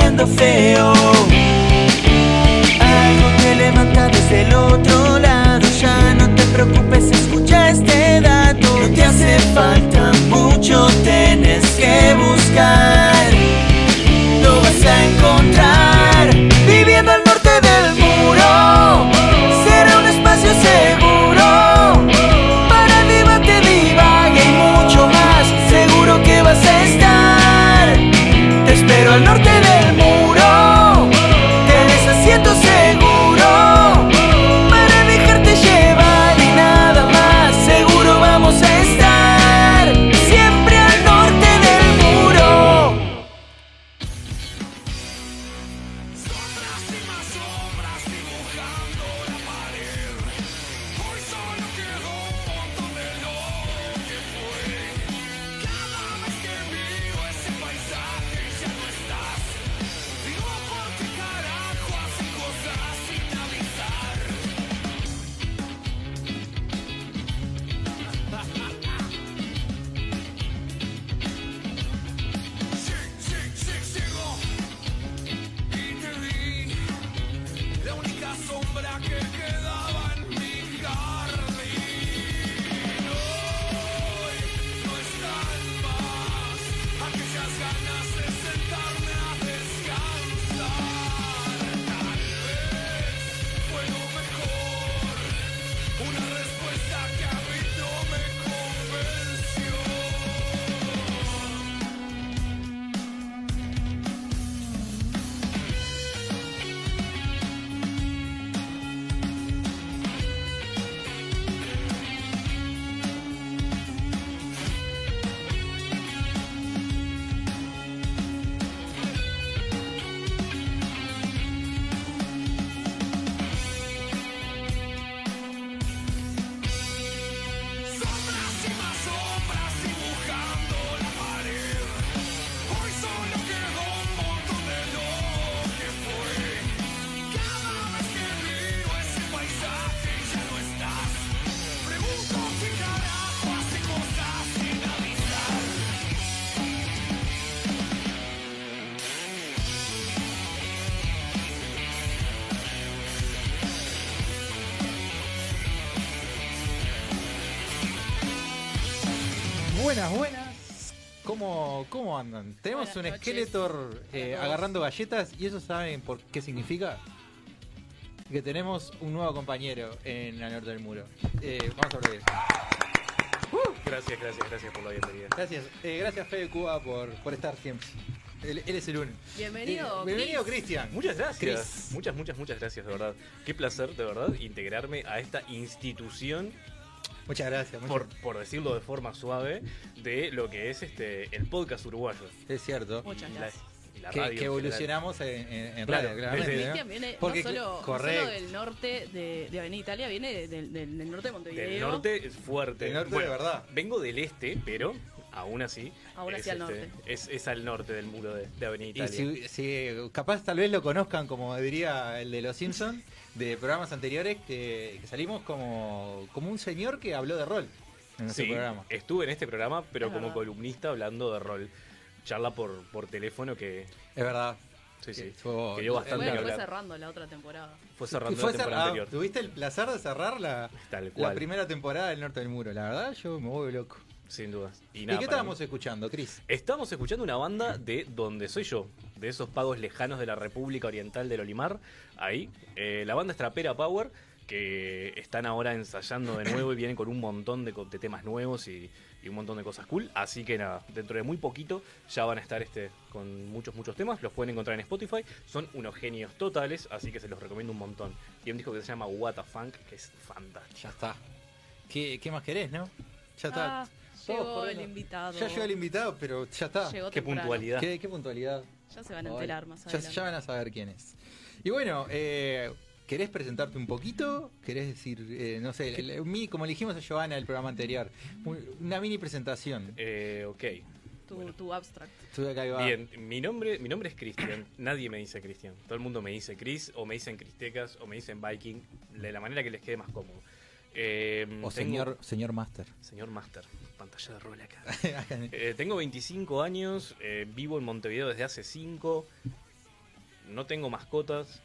algo feo. Algo te levanta desde el otro lado. Ya no te preocupes, escucha este dato. No te hace falta mucho, tienes que buscar. Lo vas a encontrar viviendo al norte del muro. Será un espacio seguro para debate, divague y mucho más. Seguro que vas a estar. Te espero al norte del muro. Tienes asiento seguro para dejarte llevar y nada más. Seguro vamos a estar siempre al norte del muro. Buenas, buenas. ¿Cómo, cómo andan? Tenemos Buenas un noches. Skeletor eh, Buenas noches. agarrando galletas y eso saben por qué significa. Que tenemos un nuevo compañero en la norte del muro. Eh, vamos a aplaudir. Gracias, gracias, gracias por la bienvenida. Gracias, eh, gracias Fede Cuba por, por estar siempre. Él, él es el uno. Bienvenido. Eh, bienvenido Cristian. Muchas gracias. Chris. Muchas, muchas, muchas gracias, de verdad. Qué placer, de verdad, integrarme a esta institución, Muchas gracias. muchas- por, por decirlo de forma suave, de lo que es este el podcast uruguayo. Es cierto. Muchas Y la- gracias. y la Que, radio que en general. evolucionamos en, en- en Claro, radio, claramente. desde- ¿no? Cristian viene Porque- no, solo, no correcto. solo del norte de, de Avenida Italia, viene del, del- del norte de Montevideo. Del norte es fuerte. Del norte de verdad. Vengo del este, pero aún así. Aún es hacia el este, norte. Es, es al norte del muro de, de Avenida Y si, Italia. si- capaz tal vez lo conozcan, como diría el de Los Simpsons, de programas anteriores, que, que salimos como, como un señor que habló de rol en ese Sí, programa. Estuve en este programa, pero Es como verdad. columnista hablando de rol. Charla por, por teléfono que. Es verdad. Sí, sí. Estuvo- que dio Fue- bastante que fue hablar. cerrando la otra temporada. Fue cerrando Ah. Y fue la temporada cerrado. anterior. Tuviste el placer de cerrar la, Tal la cual. primera temporada del Norte del Muro. La verdad, yo me voy loco. Sin dudas. ¿Y, nada, qué para estábamos mí- escuchando, Chris? Estamos escuchando una banda de donde soy yo, de esos pagos lejanos de la República Oriental del Olimar. Ahí, eh, la banda es Trapera Power, que están ahora ensayando de nuevo y vienen con un montón de, co- de temas nuevos y, y un montón de cosas cool. Así que nada, dentro de muy poquito ya van a estar este, con muchos, muchos temas. Los pueden encontrar en Spotify. Son unos genios totales, así que se los recomiendo un montón. Y un disco que se llama What a Funk, que es fantástico. Ya está. ¿Qué, qué más querés, no? Ya está. Ah, Todos llegó por el ahí. invitado. Ya llegó el invitado, pero ya está. Llegó Qué temprano. puntualidad. Qué, qué puntualidad. Ya se van a Ay, enterar más ya, adelante. ya van a saber quién es. Y bueno, eh, ¿querés presentarte un poquito? ¿Querés decir, eh, no sé, la- la- mi- como le dijimos a Giovanna en el programa anterior, un- una mini presentación? Eh, ok. tu, Bueno. tu abstract. Tú de acá, Iván. Bien, mi nombre, mi nombre es Cristian. Nadie me dice Cristian. Todo el mundo me dice Chris, o me dicen Cristecas, o me dicen Viking, de la manera que les quede más cómodo. Eh, O tengo- señor, señor Master. Señor Master, pantalla de rol acá. Eh, tengo 25 años, eh, vivo en Montevideo desde hace 5. no tengo mascotas.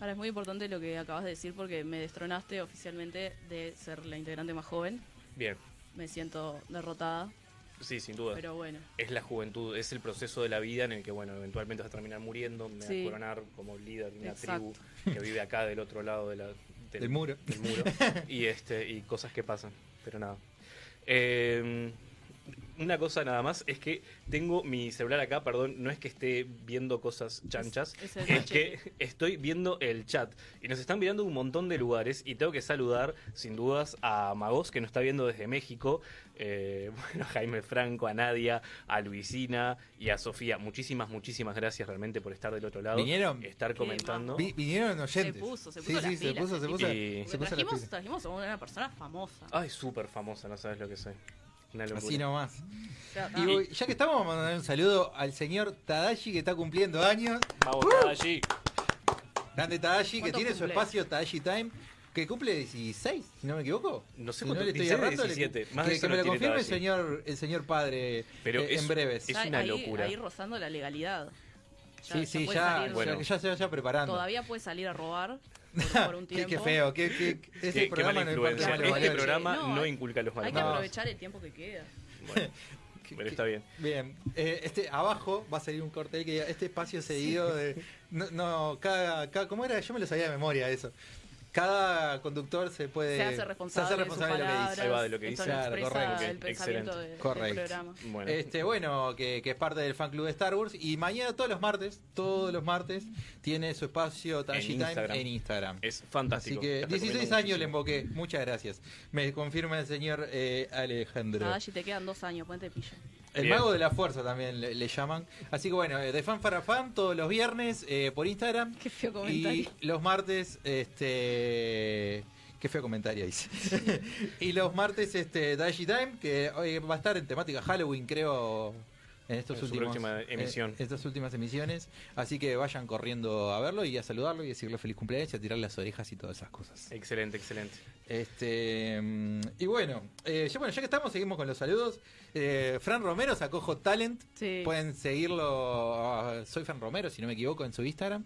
Ahora es muy importante lo que acabas de decir porque me destronaste oficialmente de ser la integrante más joven. Bien, Me siento derrotada, sí, sin duda. pero bueno. Es la juventud, es el proceso de la vida en el que, bueno, eventualmente vas a terminar muriendo, me vas Sí. a coronar como líder de una Exacto. tribu que vive acá del otro lado de la- del, Del muro. del muro. y, este, y cosas que pasan, pero nada. Eh, una cosa nada más es que tengo mi celular acá, perdón, no es que esté viendo cosas chanchas, Es- es el es que machete. estoy viendo el chat y nos están mirando un montón de lugares y tengo que saludar sin dudas a Magos que nos está viendo desde México, eh, bueno, a Jaime Franco, a Nadia, a Luisina y a Sofía. Muchísimas, muchísimas gracias realmente por estar del otro lado, ¿Vinieron? estar Qué comentando. Vi- vinieron oyentes. Se puso, se Sí, puso sí, se las pilas, puso, se sí. puso- se Y- Porque puso las trajimos, pilas. trajimos a una persona famosa. Ah, Ay, súper famosa, no sabes lo que soy. Una locura. Así nomás. O sea, Y voy- ya que estamos, vamos a mandar un saludo al señor Tadashi que está cumpliendo años. Vamos, nada allí. Grande Tadashi que ¿Cuánto tiene su cumple? espacio Tadashi Time. Que cumple 16, si no me equivoco. No sé Si cuánto- le estoy 16, errando, le- 17, más de que, eso que me no lo tiene confirme el Tadashi. señor, el señor padre Pero eh, en es- breves. es ya una ahí- locura. Ahí rozando la legalidad. Ya- sí, sí, puede ya, salir- Bueno. ya- ya se vaya preparando. Todavía puede salir a robar por, por un qué, tiempo. qué feo, qué, qué, Qué, ese este qué mala programa no imparte influencia. los Claro, este valores. che, programa no, no, hay- inculca los Hay valores. que No. aprovechar el tiempo que queda. Bueno, Que- pero que- está bien. Bien, eh, este abajo va a salir un corte ahí que diga, este espacio cedido de no, no, cada, cada cómo era, yo me lo sabía de memoria eso. Cada conductor se puede Se hace responsable, se hace responsable de de lo que sus palabras. dice. Ahí va de lo que esto dice. no Claro, expresa correcto. el pensamiento de- Correcto. del programa. Bueno, Este, bueno, que, que es parte del fan club de Star Wars y mañana todos los martes, todos los martes tiene su espacio Tashi Time Instagram. en Instagram. es Así fantástico. que les recomiendo 16 años le muchísimo. emboqué, muchas gracias. Me confirma el señor eh, Alejandro. Nada, te quedan dos años, ponte pillo. El Bien. mago de la fuerza también le, le llaman. Así que bueno, eh, de fan para fan todos los viernes eh, por Instagram. Qué feo Y comentario. los martes, este. Qué feo comentario hice. y los martes, este, Dashi Time, que hoy va a estar en temática Halloween, creo. En, estos En su últimos, próxima emisión. en estas últimas emisiones. Así que vayan corriendo a verlo y a saludarlo y decirle feliz cumpleaños y a tirar las orejas y todas esas cosas. Excelente, excelente. Este mm, y bueno, eh, ya, bueno, ya que estamos, seguimos con los saludos. Eh, Fran Romero sacó Hot Talent. Sí. Pueden seguirlo. ah, soy Fran Romero, si no me equivoco, en su Instagram.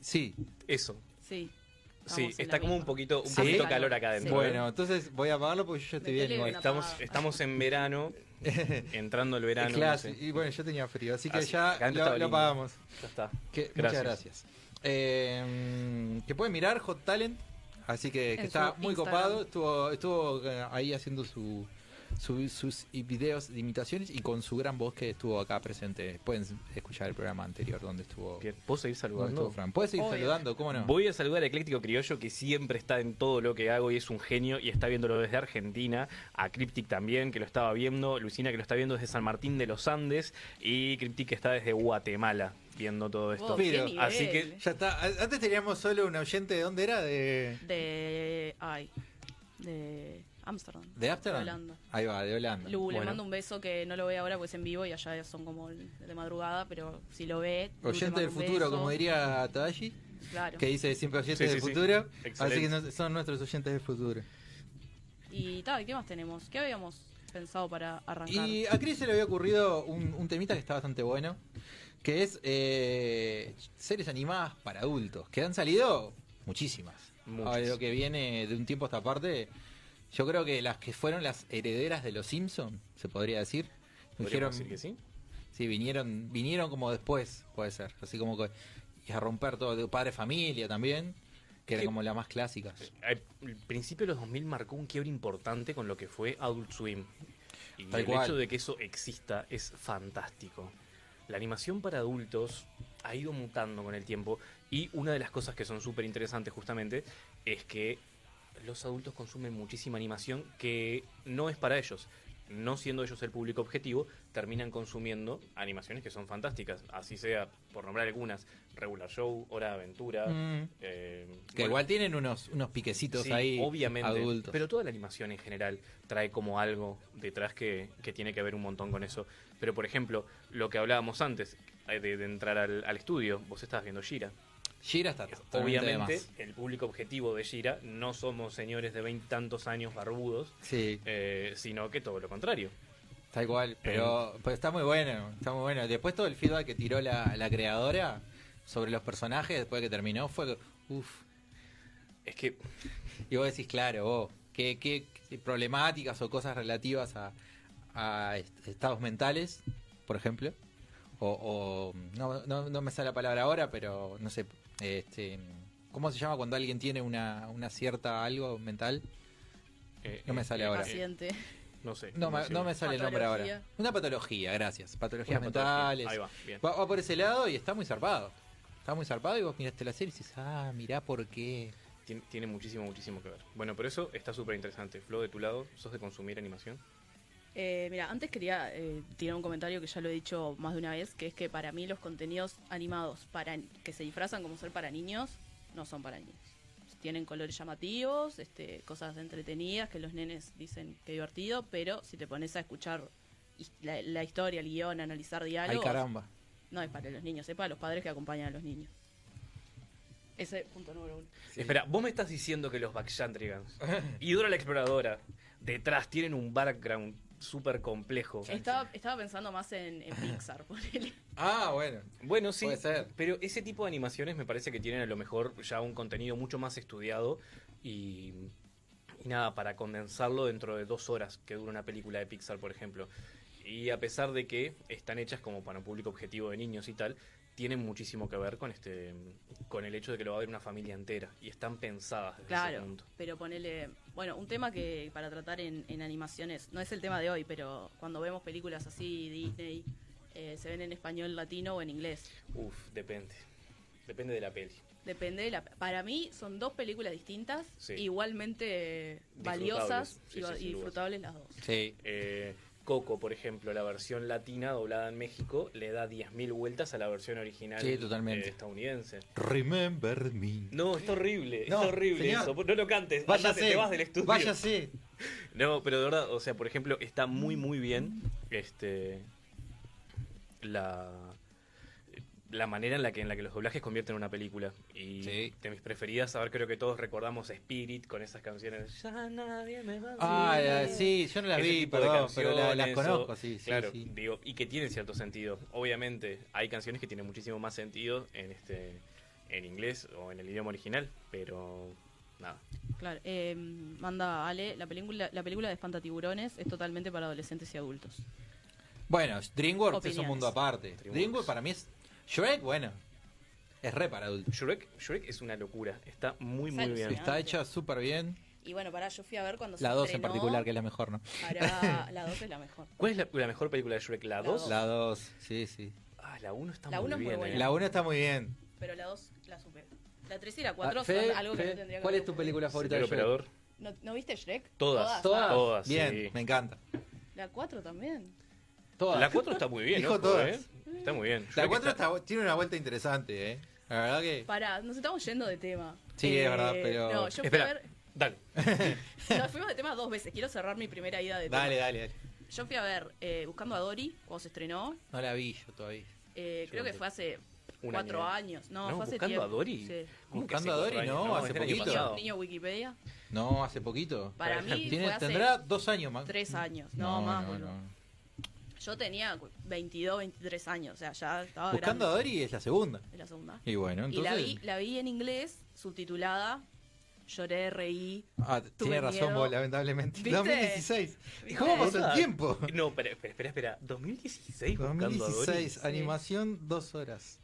Sí, Eso. Sí. Sí, Estamos en está la como un misma. poquito, un Sí. Hace poquito calor calor, acá sí. adentro. bueno, entonces voy a apagarlo porque yo ya estoy Metele bien. igual. una Estamos, apagada. estamos en verano, entrando el verano. Claro, no sé. Y bueno, yo tenía frío, así que Así, ya acá adentro lo, estaba lo lindo. apagamos. Ya está. Que- Gracias. Muchas gracias. Eh, mm, que pueden mirar Hot Talent, así que, que En está su muy Instagram. copado. Estuvo, estuvo eh, ahí haciendo su, su- sus i- videos de imitaciones y con su gran voz que estuvo acá presente. Pueden escuchar el programa anterior donde estuvo, Bien, ¿Puedo seguir donde estuvo saludando? Fran. Puedes seguir Obvio. saludando, ¿cómo no? Voy a saludar a Ecléctico Criollo, que siempre está en todo lo que hago y es un genio y está viéndolo desde Argentina. A Cryptic también, que lo estaba viendo. Luisina, que lo está viendo desde San Martín de los Andes. Y Cryptic, que está desde Guatemala viendo todo esto. Wow, qué Pero, nivel. así que- Ya está. A- Antes teníamos solo un oyente de dónde era, de, De. Ay. De. Amsterdam. de Amsterdam. Holanda. Ahí va, de Holanda. Lu, le Bueno. mando un beso que no lo ve ahora pues en vivo y allá son como de madrugada, pero si lo ve. Lu, te Oyente mando del un futuro, beso. como diría Tadashi. Claro. que dice siempre oyentes Sí, del sí, sí. futuro. Así Excelente. que no- son nuestros oyentes del futuro. Y tal, ¿qué más tenemos? ¿Qué habíamos pensado para arrancar? Y a Chris se le había ocurrido un, un temita que está bastante bueno, que es eh, series animadas para adultos, que han salido muchísimas. Muchas. Ahora, lo que viene de un tiempo a esta parte, yo creo que las que fueron las herederas de los Simpson, se podría decir. ¿Podríamos Dijeron- decir que sí? Sí, vinieron, vinieron como después, puede ser. Así como que, y a romper todo, de Padre Familia también, que eran Sí. como las más clásicas. Al principio de los 2000 marcó un quiebre importante con lo que fue Adult Swim. Y Tal el cual. hecho de que eso exista es fantástico. La animación para adultos ha ido mutando con el tiempo y una de las cosas que son súper interesantes justamente es que los adultos consumen muchísima animación que no es para ellos. No siendo ellos el público objetivo, terminan consumiendo animaciones que son fantásticas. Así sea, por nombrar algunas, Regular Show, Hora de Aventura. Mm. eh, Que bueno, igual tienen unos, unos piquecitos Sí, ahí obviamente. adultos. Pero toda la animación en general trae como algo detrás que, que tiene que ver un montón con eso. Pero por ejemplo, lo que hablábamos antes eh, de, de entrar al, al estudio, vos estabas viendo Shira. Gira está totalmente de Obviamente, más. el público objetivo de Shira no somos señores de veintitantos años barbudos, Sí, eh, sino que todo lo contrario. tal cual. Pero, pero está muy bueno, está muy bueno. Después todo el feedback que tiró la, la creadora sobre los personajes después de que terminó fue, uff. Es que Y vos decís, claro, vos, ¿qué, qué, qué problemáticas o cosas relativas a, a est- estados mentales, por ejemplo? O, o- no, no, no me sale la palabra ahora, pero no sé, este, ¿cómo se llama cuando alguien tiene una, una cierta algo mental? eh, No me sale eh, ahora. eh, Paciente. no sé. No, me- sé. no me sale el nombre ahora. Patología. Una patología, gracias. Patologías Una patología. mentales. Ahí va, bien. va, va por ese lado y está muy zarpado. Está muy zarpado y vos miraste la serie y dices, ah, mirá por qué. Tien- tiene muchísimo, muchísimo que ver. Bueno, pero eso está súper interesante. Flo, de tu lado, ¿sos de consumir animación? Eh, mira, antes quería eh, tirar un comentario que ya lo he dicho más de una vez, que es que para mí los contenidos animados para que se disfrazan como ser para niños no son para niños. Tienen colores llamativos, este, cosas entretenidas que los nenes dicen que divertido, pero si te pones a escuchar his- la, la historia, el guión, analizar Ay, diálogos, caramba. no es para los niños, es para los padres que acompañan a los niños. Ese punto número uno. Espera, vos me estás diciendo que los Backchantrigans y Dora la Exploradora detrás tienen un background súper complejo. Estaba, estaba pensando más en, en Pixar, ponele. Ah, bueno. Bueno, sí, Puede ser. pero ese tipo de animaciones me parece que tienen a lo mejor ya un contenido mucho más estudiado y, y nada, para condensarlo dentro de dos horas que dura una película de Pixar, por ejemplo. Y a pesar de que están hechas como para un público objetivo de niños y tal, tienen muchísimo que ver con este con el hecho de que lo va a ver una familia entera y están pensadas desde ese Claro, punto. pero ponele. Bueno, un tema que para tratar en, en animaciones, no es el tema de hoy, pero cuando vemos películas así, Disney, eh, se ven en español latino o en inglés. Uf, depende. Depende de la peli. Depende de la. Para mí son dos películas distintas, Sí. igualmente eh, Disfrutables, valiosas sí, y, sí, va- sin y dudas. disfrutables las dos. Sí. Eh, Coco, por ejemplo, la versión latina doblada en México le da 10.000 vueltas a la versión original Sí, totalmente. eh, estadounidense. Remember me. No, es horrible, No, es horrible señor. eso. No lo cantes, váyase, te vas del estudio. Váyase. No, pero de verdad, o sea, por ejemplo, está muy, muy bien este la la manera en la que en la que los doblajes convierten una película y Sí. de mis preferidas, a ver, creo que todos recordamos Spirit con esas canciones. Ya nadie me va a Ah, decir". la- sí, yo no las Ese vi, tipo de perdón, pero la- las canciones, conozco, o- sí, sí, claro, sí. digo, y que tienen cierto sentido. Obviamente, hay canciones que tienen muchísimo más sentido en este en inglés o en el idioma original, pero nada. Claro. eh, manda Ale, la película, la película de Espantatiburones es totalmente para adolescentes y adultos. Bueno, DreamWorks es un Opiniones. mundo aparte. DreamWorks. DreamWorks para mí es. Shrek, bueno. Es re para adultos. Shrek, Shrek es una locura, está muy muy Exacto, bien. sí. Está hecha súper bien. Y bueno, pará, yo fui a ver cuando se La 2 en estrenó, particular, que es la mejor, ¿no? ahora la 2 es la mejor. ¿Cuál es la, la mejor película de Shrek? ¿La La 2? dos. La 2, sí, sí. Ah, la 1 está La muy uno es muy bien. buena. eh. La 1 está muy bien. Pero la 2 la supera. La 3 y la 4 Ah, Fe, son algo que Fe, no tendría que ¿Cuál ver es tu con- película favorita Señor de Shrek? operador. ¿No, no viste Shrek? Todas. ¿no? Todas. Todas, bien, sí. me encanta. La 4 también. Todas. La 4 está muy bien, Dijo ojo, todas. eh. Está muy bien. La Shrek 4 está- está- tiene una vuelta interesante, ¿eh? La verdad que. Pará, nos estamos yendo de tema. Eh, Sí, es verdad, pero- No, yo fui a Espera, ver. dale. Nos fuimos de tema dos veces. Quiero cerrar mi primera ida de tema. Dale, dale, dale. Yo fui a ver eh, Buscando a Dory cuando se estrenó. No la vi yo todavía. eh, Yo creo que tampoco. fue hace Un cuatro año. años. No, No, fue hace Buscando tiempo. a Sí. Dory. ¿Cómo que Buscando a hace Dory, cuatro no, años? hace es el año poquito. pasado. Niño, niño Wikipedia. No, hace poquito. Para mí Tiene- fue hace tendrá dos años más. tres años. No, más, boludo. Yo tenía 22, 23 años. O sea, ya estaba Buscando a grande. Dory es la segunda. Es la segunda. Y bueno, Y la entonces. vi, la vi en inglés, subtitulada. Lloré, reí. Ah, tiene razón miedo. vos, lamentablemente. ¿Viste? 2016. ¿Y ¿Viste? cómo pasó el Ah, tiempo? No, espera, espera, espera, espera. 2016 buscando a Dory. 2016, animación, dos horas.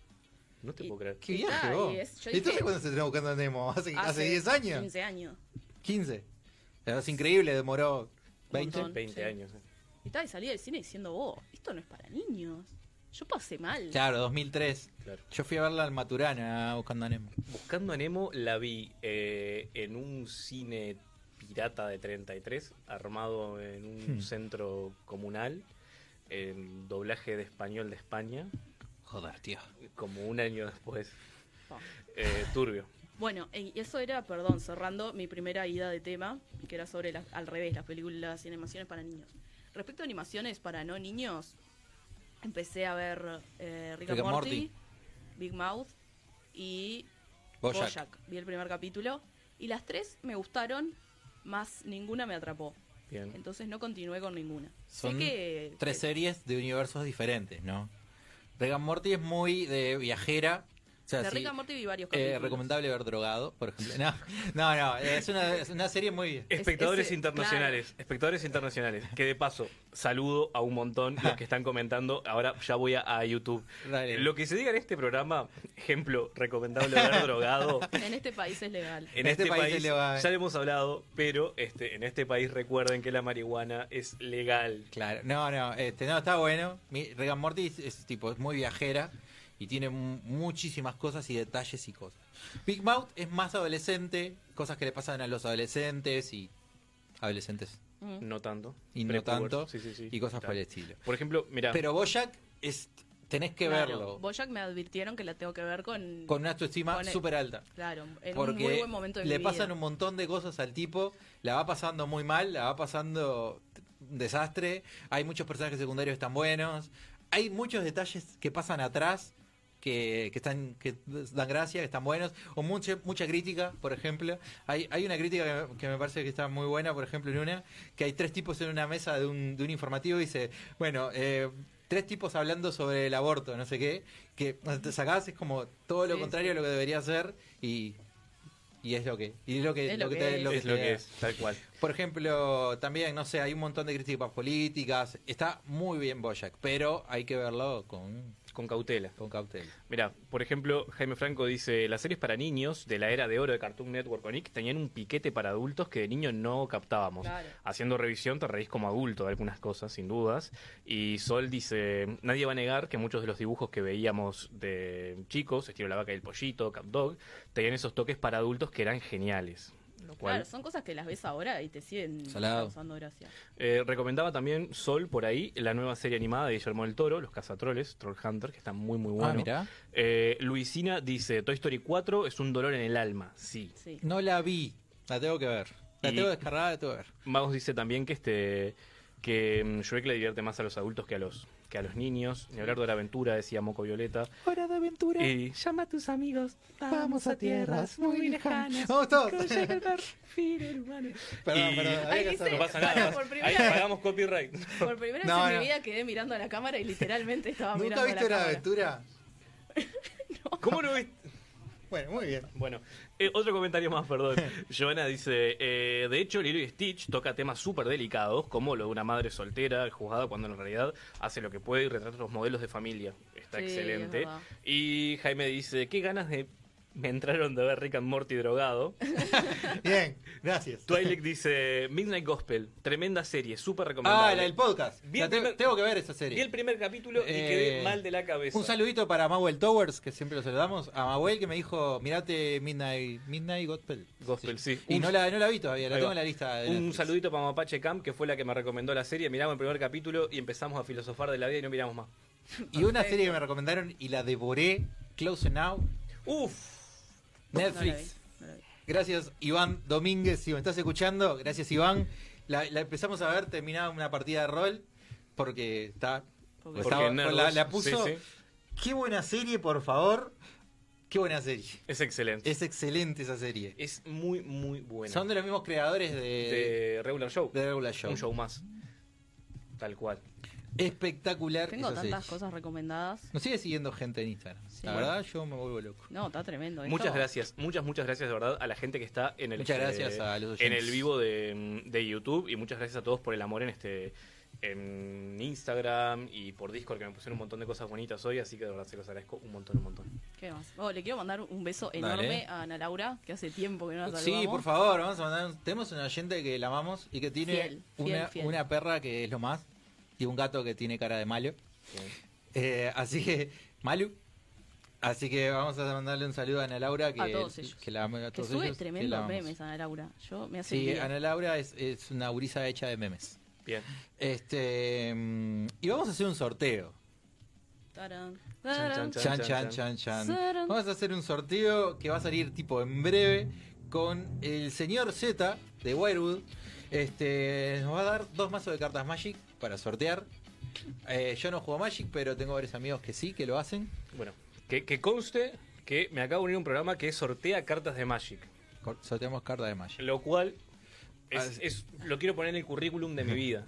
No te Y- Ah, puedo creer. Qué Y viaje nada, vos. y es- yo ¿Entonces dije- cuándo se estrenó buscando a Nemo? ¿Hace, hace 10 años? 15. 15 años. Es increíble, demoró 20. montón. 20 Sí. años. eh. Y estaba y salí del cine diciendo, vos, esto no es para niños. Yo pasé mal. Claro, 2003. Claro. Yo fui a verla al Maturana buscando a Nemo. Buscando a Nemo la vi eh, en un cine pirata de 33, armado en un Hmm. centro comunal, en doblaje de español de España, Joder, tío. como un año después. Pa. Eh, turbio. Bueno, y eso era, perdón, cerrando mi primera ida de tema, que era sobre las, al revés, las películas y animaciones para niños. Respecto a animaciones para no niños, empecé a ver eh, Rick Rick, and and Morty, Morty. Big Mouth y Bojack. Bojack. Vi el primer capítulo y las tres me gustaron, más ninguna me atrapó. Bien. Entonces no continué con ninguna. Sé Son que- tres que- series de universos diferentes, ¿no? Regan Morty es muy de viajera, O sea, de sí, Rick and Morty vi varios eh, capítulos. recomendable ver drogado, por ejemplo. No, no, no, es una, es una serie muy... Es- Espectadores ese- internacionales, espectadores internacionales. Que de paso, saludo a un montón los que están comentando. Ahora ya voy a, a YouTube. Dale. Lo que se diga en este programa, ejemplo, recomendable haber drogado. En este país es legal. En este, país, es legal. ya lo hemos hablado, pero este, en este país recuerden que la marihuana es legal. Claro, no, no, este, no, está bueno. Mi- Rick and Morty es, es tipo, es muy viajera y tiene mu- muchísimas cosas y detalles y cosas. Big Mouth es más adolescente, cosas que le pasan a los adolescentes y adolescentes Mm. No tanto. y no Prepuber, tanto sí, sí, sí. y cosas Está. por el estilo. Por ejemplo, mira, Pero Bojack es, tenés que Claro, verlo Bojack me advirtieron que la tengo que ver con. con una autoestima con el- súper alta. Claro, en porque un muy buen momento de le mi pasan vida. un montón de cosas al tipo, la va pasando muy mal, la va pasando un desastre, hay muchos personajes secundarios que están buenos, hay muchos detalles que pasan atrás que, que están que dan gracia, que están buenos, o mucha, mucha crítica, por ejemplo. Hay, hay una crítica que, me- que me parece que está muy buena, por ejemplo, en una, que hay tres tipos en una mesa de un, de un informativo y dice, bueno, eh, tres tipos hablando sobre el aborto, no sé qué, que te sacás es como todo lo Sí, contrario a lo que debería ser y, y es lo que y es lo que, Es lo lo que que te- es. lo que es lo te da. que es, tal cual. Por ejemplo, también, no sé, hay un montón de críticas políticas. Está muy bien Boyac, pero hay que verlo con, Con cautela. con cautela. Mira, por ejemplo, Jaime Franco dice, las series para niños de la era de oro de Cartoon Network o Nick tenían un piquete para adultos que de niño no captábamos. Claro. Haciendo revisión te reís como adulto de algunas cosas, sin dudas. Y Sol dice, nadie va a negar que muchos de los dibujos que veíamos de chicos, estilo La Vaca y el Pollito, Cap Dog, tenían esos toques para adultos que eran geniales. Lo cual Claro, son cosas que las ves ahora y te siguen Salado. causando gracia. Eh, recomendaba también Sol por ahí, la nueva serie animada de Guillermo del Toro, Los Cazatroles, Trollhunter, que está muy muy bueno. Ah, mirá. Eh, Luisina dice, Toy Story 4 es un dolor en el alma, sí. Sí. No la vi, la tengo que ver. La Y- tengo descargada, la tengo que ver. Maus dice también que este que mm, Shrek le divierte más a los adultos que a los que a los niños. Ni hablar de la aventura, decía Moco Violeta. Hora de aventura. Y llama a tus amigos, Eh, vamos a tierras muy lejanas. Vamos todos. Llega el perfil humano. Perdón, Y- perdón, había Ahí que dice- hacerlo. No pasa nada. Por Ahí primera vez. pagamos copyright. Por primera vez No, en no. mi vida quedé mirando a la cámara y literalmente estaba ¿Nunca mirando viste a Hora la de cámara. aventura? ¿Cómo no ves? Bueno, muy bien. Bueno, eh, otro comentario más, perdón. Joana dice, eh, de hecho Lilo y Stitch toca temas súper delicados, como lo de una madre soltera, juzgada, cuando en realidad hace lo que puede y retrata los modelos de familia. Está Sí, excelente. es verdad. y Jaime dice, qué ganas de... Me entraron de ver Rick and Morty drogado. Bien, gracias. Twilight dice, Midnight Gospel, tremenda serie, súper recomendable. Ah, la del podcast. Vi La el te- primer- tengo que ver esa Vi serie. el primer capítulo y Eh, quedé mal de la cabeza. Un saludito para Mauel Towers, que siempre lo saludamos. A Mauel que me dijo, mirate Midnight, Midnight Gospel. Gospel, sí. Y Un- no la, no la vi todavía, la Ahí tengo va. en la lista. de Un Netflix. saludito para Mapache Camp, que fue la que me recomendó la serie. Miramos el primer capítulo y empezamos a filosofar de la vida y no miramos más. Y una serie que me recomendaron y la devoré, Close Now, Uf, No la vi, Netflix. no la vi. Gracias Iván Domínguez, si me estás escuchando, gracias Iván. La, la empezamos a ver terminada una partida de rol, porque está... Porque- estaba- Porque nerdos, la, la puso... sí, sí. Qué buena serie, por favor. Qué buena serie. es excelente. Es excelente esa serie. Es muy, muy buena. Son de los mismos creadores de, de regular show. de Regular Show. Un show más. Tal cual. Espectacular. Tengo esa tantas serie. cosas recomendadas. Nos sigue siguiendo gente en Instagram. Sí. La verdad, yo me vuelvo loco. No, está tremendo. esto. Muchas gracias, muchas, muchas gracias de verdad a la gente que está en el, eh, Muchas gracias a los en oyentes. el vivo de, de YouTube y muchas gracias a todos por el amor en este en Instagram y por Discord que me pusieron un montón de cosas bonitas hoy, así que de verdad se los agradezco un montón, un montón. ¿Qué más? Oh, le quiero mandar un beso enorme Dale. a Ana Laura, que hace tiempo que no la saludamos. Sí, por favor, vamos a mandar. un- Tenemos una gente que la amamos y que tiene Fiel, fiel, una, fiel. una perra que es lo más y un gato que tiene cara de malo. Bien. Eh, así que, Malu. Así que vamos a mandarle un saludo a Ana Laura que, A todos ellos. que la ama a Que todos sube ellos, que la tremendos amamos. memes, Ana Laura. Yo me hace el Sí, día. Ana Laura es, es una gurisa hecha de memes. Bien. Este mm, y vamos a hacer un sorteo. Tarán, chan, tarán. chan. Chan, chan, chan, chan. Sarán. Vamos a hacer un sorteo que va a salir tipo en breve con el señor Z de Wirewood. Este, nos va a dar dos mazos de cartas Magic para sortear. Eh, yo no juego Magic, pero tengo varios amigos que sí, que lo hacen. Bueno, que, que conste que me acabo de unir a un programa que sortea cartas de Magic, Cor- Sorteamos cartas de Magic. lo cual Ah, es, sí. es- lo quiero poner en el currículum de mi vida.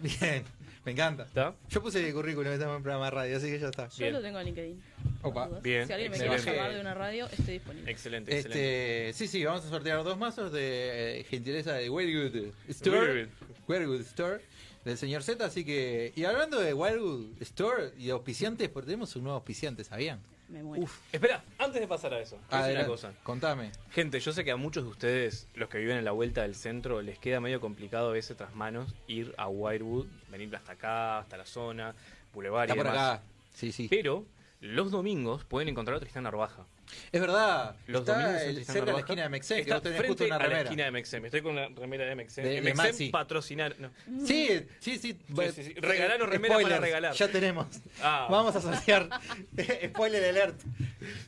Bien, me encanta. ¿Está? Yo puse el currículum, estamos en un programa de radio, así que ya está. Yo Bien. lo tengo en LinkedIn. Opa. dudas. bien, si alguien me excelente. quiere llamar de una radio, estoy disponible. Excelente, excelente. Este, sí, sí, vamos a sortear dos mazos de eh, gentileza de Very Good Very Store. Good. Very Good Store del señor Z, así que y hablando de Wildwood Store y de auspiciantes, porque tenemos un nuevo auspiciante, ¿sabían? Me muero. Espera, antes de pasar a eso, quiero decir una Adelante, cosa. contame. Gente, yo sé que a muchos de ustedes, los que viven en la vuelta del centro, les queda medio complicado a veces tras manos ir a Wirewood, venir hasta acá, hasta la zona, Boulevard y Está por demás. acá. Sí, sí. Pero los domingos pueden encontrar a Tristán Narvaja. Es verdad. Los domingos está en el- Tristán cerca de la Narvaja. esquina de Mexen, que Está vos tenés frente justo una a la remera. esquina de Mexem. Estoy con una remera de Mexem. De- de Mexem Maxi. patrocinar. no. Sí, sí, sí. Sí, sí, sí. Regalanos remera para regalar. Ya tenemos. Ah. Vamos a sortear. eh, Spoiler alert.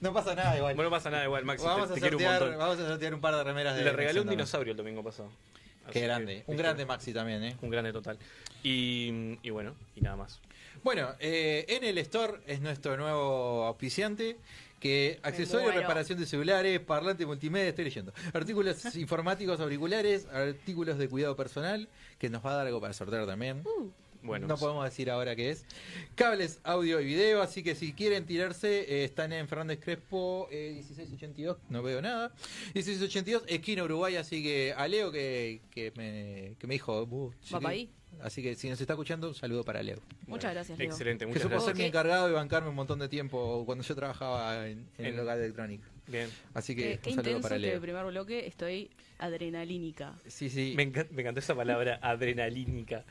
No pasa nada igual. Bueno, no pasa nada igual, Maxi. vamos, te, a te quiero un sortear, montón. vamos a sortear un par de remeras de Le regalé Mexen un también. dinosaurio el domingo pasado. Así Qué que, grande. Un ¿viste? grande Maxi también, ¿eh? Un grande total. Y, y bueno, y nada más. Bueno, eh, en el store es nuestro nuevo auspiciante. Que accesorios, muero. reparación de celulares, parlante multimedia, estoy leyendo. Artículos informáticos auriculares, artículos de cuidado personal, que nos va a dar algo para sortear también. Bueno, pues, No podemos decir ahora qué es. Cables, audio y video, así que si quieren tirarse, eh, están en Fernández Crespo eh, 1682, no veo nada. 1682, esquina Uruguay, así que a Leo que, que me, que me dijo... "Bu, si Va pa' te-". ahí. Así que si nos está escuchando, un saludo para Leo. Muchas gracias, Leo. Excelente, que muchas supo gracias. ser mi Ok. encargado y bancarme un montón de tiempo cuando yo trabajaba en, en el En- local electrónico. Bien. Así que Qué, qué un saludo intenso este para que el Leo. primer bloque estoy adrenalínica. Sí, sí. Me, encan- me encantó esa palabra adrenalínica.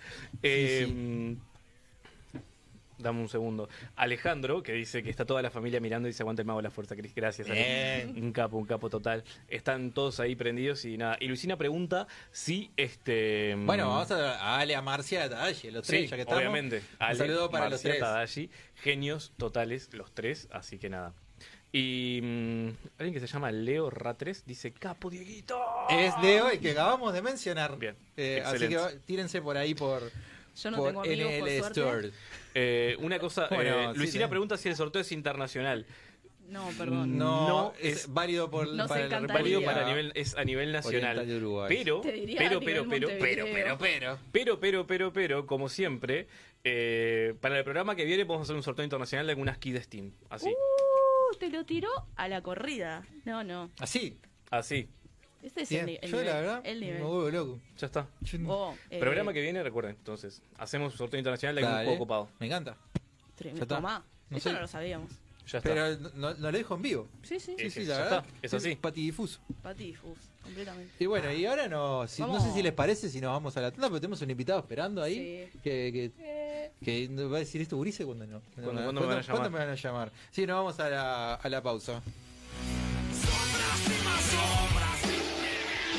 Eh, Dame un segundo. Alejandro, que dice que está toda la familia mirando y dice aguanta el mago de la fuerza, Cris. Gracias. Ale. Bien. Un capo, un capo total. Están todos ahí prendidos y nada. Y Luisina pregunta si este. Bueno, vamos a, a Ale, a Marcia, a Dalle, los tres, Sí, ya que estamos. obviamente. Un saludo para los Marcia, tres. Tadashi, genios totales los tres, así que nada. Y mm, alguien que se llama Leo Ratres dice, capo Dieguito. Es Leo, el que acabamos de mencionar. Bien, Eh, así excelente. que va- tírense por ahí por, Yo no por tengo amigos, por NL suerte. Store. Eh, una cosa, Bueno, eh, sí, Luisina tenés. pregunta si el sorteo es internacional. No, perdón. No, No, es, es- válido por Nos para encantaría. Válido República para nivel, es a nivel nacional. Oriental de Uruguay. Pero, Te diría pero, a nivel pero, pero, pero, Montevideo. pero, pero, pero, pero, pero, pero, como siempre, eh, para el programa que viene vamos a hacer un sorteo internacional de algunas keys de Steam. Así, Uh, te lo tiró a la corrida. No, no. Así. así, Este es Ah, bien. el, ni- el Yo nivel. la verdad el nivel. me vuelvo loco. ya está. Yo no- Oh, eh, Programa que viene, recuerden, entonces, hacemos un sorteo internacional de algún Dale. juego copado. Me encanta. Tremendo. Ya está. Tomá. No Eso sé. no lo sabíamos. Ya está. Pero no, no- no lo dejo en vivo. Sí, sí. Sí, Eh, sí, ya la verdad. está, es así. Patidifuso. Patifus, completamente. Y bueno, y ahora nos, si- no Vamos. sé si les parece si nos vamos a la tanda, pero tenemos un invitado esperando ahí Sí. Eh. que, que- que nos va a decir esto Urice cuando no. ¿Cuándo- cuándo me van a llamar? ¿Cuándo me van a llamar? Sí, nos vamos a la, a la pausa.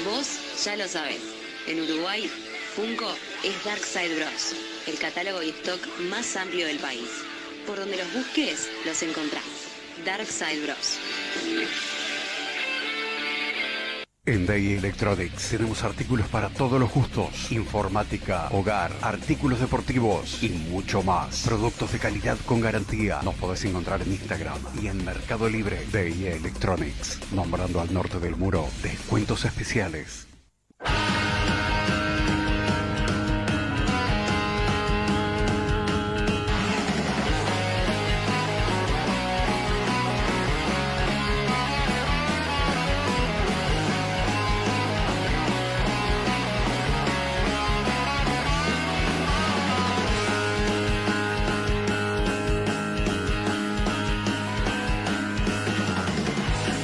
Vos ya lo sabés. En Uruguay, Funko es Dark Side Bros, el catálogo y stock más amplio del país. Por donde los busques, los encontrás. Dark Side Bros. En Day Electronics tenemos artículos para todos los gustos, informática, hogar, artículos deportivos y mucho más. Productos de calidad con garantía. Nos podés encontrar en Instagram y en Mercado Libre. Day Electronics, nombrando al norte del muro, descuentos especiales.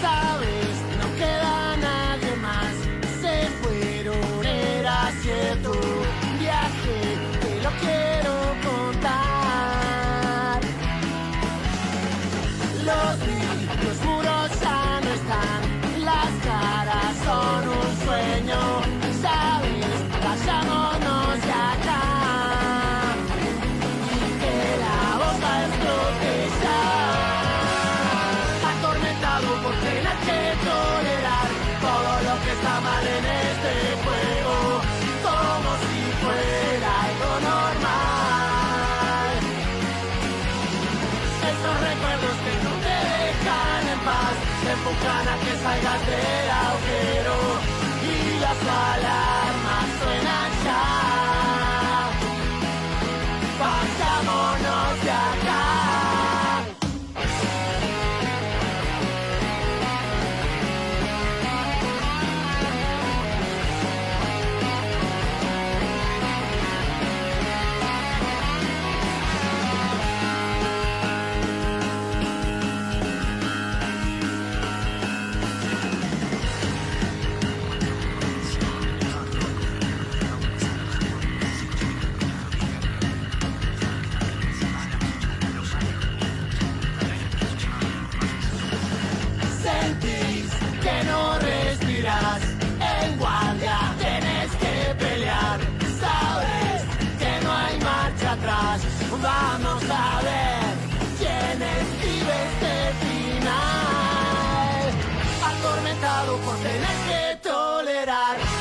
Sabes, no queda nadie más. Se fueron, era cierto. Un viaje, te lo quiero contar. Los vi, los muros ya no están. Las caras son un sueño. Sabes, vayámonos de acá. Que la boca explote ya atormentado por tener que tolerar todo lo que está mal en este juego, como si fuera algo normal. Estos recuerdos que no te dejan en paz, te empujan a que salgas del agujero y las alarmas suenan ya. Vayámonos de acá.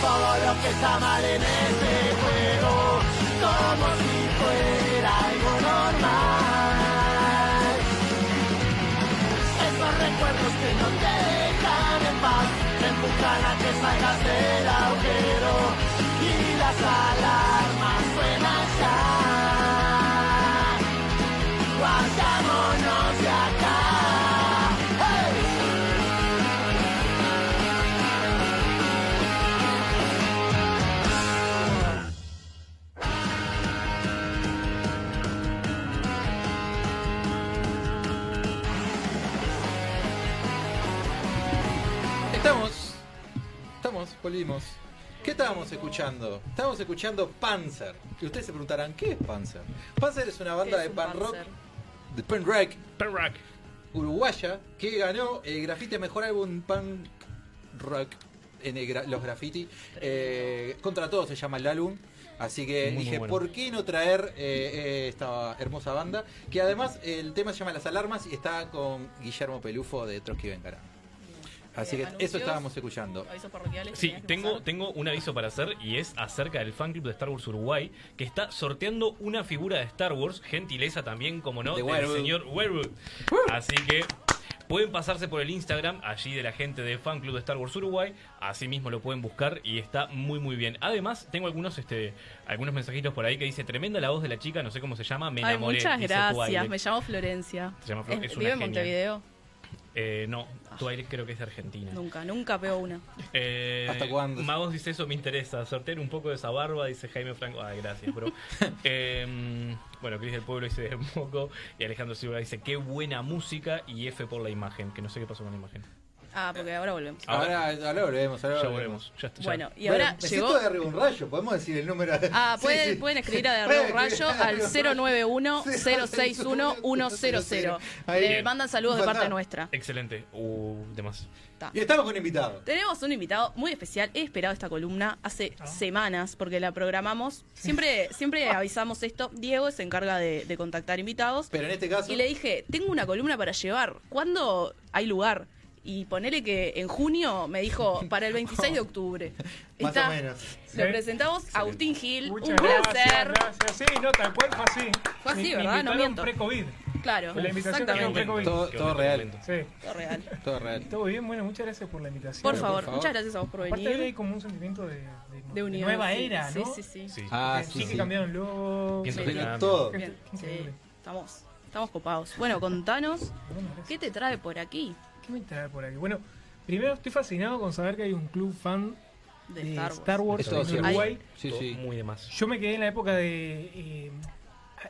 todo lo que está mal en este juego, como si fuera algo normal. Esos recuerdos que no te dejan en paz, te empujan a que salgas del agujero y las alarmas suenan ya. Vayámonos de acá. ¡Hey! Estamos. Estamos, volvimos. ¿Qué estábamos escuchando? Estábamos escuchando Panzer. Y ustedes se preguntarán, ¿qué es Panzer? Panzer es una banda ¿Qué de es un pan rock, Panzer? de pan rock Perrac. uruguaya, que ganó el Graffiti Mejor Álbum Pan Rock en el gra- los Graffiti. Eh, contra todo se llama el álbum. Así que Muy, muy dije, bueno. ¿por qué no traer eh, eh, esta hermosa banda? Que además el tema se llama Las Alarmas y está con Guillermo Pelufo de Trotsky Vengarán. Así Eh, que eso anuncios. estábamos escuchando. Avisos parroquiales. Sí, tenías que tengo, pasar. tengo un aviso para hacer y es acerca del fan club de Star Wars Uruguay que está sorteando una figura de Star Wars, gentileza también, como no, De del Weirwood. señor Weirwood. Uh. Así que pueden pasarse por el Instagram allí de la gente de fan club de Star Wars Uruguay, así mismo lo pueden buscar y está muy muy bien. Además, tengo algunos este algunos mensajitos por ahí que dice tremenda la voz de la chica, no sé cómo se llama, me Ay, enamoré. muchas dice gracias. Twilight. Me llamo Florencia. Se llama Flor, es una ¿Vive en genia. Montevideo? Eh, no, Twilight creo que es de Argentina. Nunca, nunca veo una. Eh, ¿Hasta cuándo? Magos dice eso, me interesa. Sortear un poco de esa barba, dice Jaime Franco. Ay, gracias, bro. Eh, bueno, Cris del Pueblo dice un poco. Y Alejandro Silva dice, qué buena música y F por la imagen. Que no sé qué pasó con la imagen. Ah, porque ahora volvemos. Ahora, ahora volvemos, ahora Ya volvemos. Ya está, ya. Bueno, y ahora llegó. de arriba un rayo, podemos decir el número. Ah, Sí, pueden, sí. pueden escribir a De Pueden Arriba un escribir a Rayo De al Arriba un Rayo. 091-061-100. Ahí bien. Le mandan saludos de parte Fantástico. nuestra. Excelente. Uh, demás. Está. Y estamos con invitados. Tenemos un invitado muy especial. He esperado esta columna hace Ah. semanas porque la programamos. Siempre, siempre avisamos esto. Diego se encarga de, de contactar invitados. Pero en este caso, Y le dije, tengo una columna para llevar. ¿Cuándo hay lugar? Y ponele que en junio me dijo, para el 26 de octubre. más Está- o menos. Lo presentamos Agustín Gil. Muchas un gracias, placer. gracias. Sí, no, tal cual fue así. Fue así, Me- me ¿verdad? No invitaron miento. pre-COVID. Claro, La invitación que Qué Yo exactamente. tengo momento, Todo- qué todo momento, real. qué momento. Sí. Todo real. Todo real. Todo bien, bueno, muchas gracias por la invitación. Por por favor, favor. muchas gracias a vos por Aparte ahí hay venir. como un sentimiento de, de- de De unión. nueva sí, era, sí, ¿no? Sí, sí, Sí. Ah, Sí, sí, que sí. cambiaron los... Pienso Sí. que Pero nada, todo. Bien, sí. Increíble. Estamos, estamos copados. Bueno, contanos, Bueno, gracias. ¿qué te trae por aquí ¿Qué me trae por aquí? Bueno, primero estoy fascinado con saber que hay un club fan de, de, Star Wars? Es todo en cierto. Uruguay. Sí, todo sí. Muy demás. Yo me quedé en la época de... eh,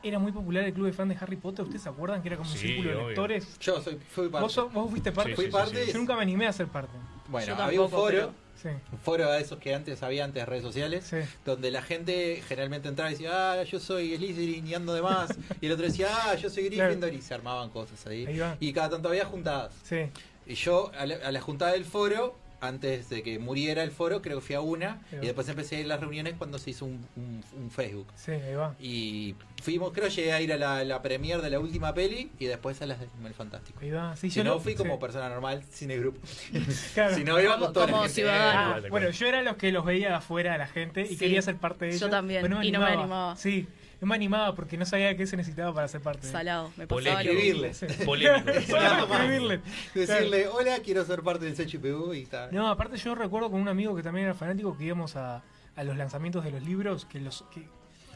era muy popular el club de fan de Harry Potter. ¿Ustedes se acuerdan que era como un Sí, círculo obvio. de lectores? Yo soy, fui parte. ¿Vos, sos- vos fuiste parte? Sí, Fui sí, parte. sí, Yo nunca me animé a ser parte. Bueno, Yo había un tampoco, foro, Sí. un foro de esos que antes había antes de redes sociales, Sí. donde la gente generalmente entraba y decía, ah, yo soy Slytherin y ando de más. y el otro decía, ah, yo soy Gryffindor y se armaban cosas ahí. Ahí va. Y cada tanto había juntadas. Sí. Y yo a la, a la juntada del foro, antes de que muriera el foro, creo que fui a una. Ahí va. Y después empecé a ir a las reuniones cuando se hizo un, un- un Facebook. Sí, ahí va. Y fuimos, creo llegué a ir a la, la premier de la última peli y después a las de Animal Fantástico. Ahí va. Sí, Si yo no fui como sí. persona normal, cine grupo. Claro. si no íbamos Como- toda la como gente. ciudadano. Ah, bueno, yo era los que los veía de afuera a la gente y Sí. quería ser parte de Yo ellos. también, pero y no me animaba. Sí, no me animaba porque no sabía qué se necesitaba para ser parte. Salado, me pasaba Polémico. algo. Escribirles. Polémico. Solo Nada más. escribirle. Decirle, hola, quiero ser parte del CHPU y tal. No, aparte yo recuerdo con un amigo que también era fanático que íbamos a, a los lanzamientos de los libros que los que,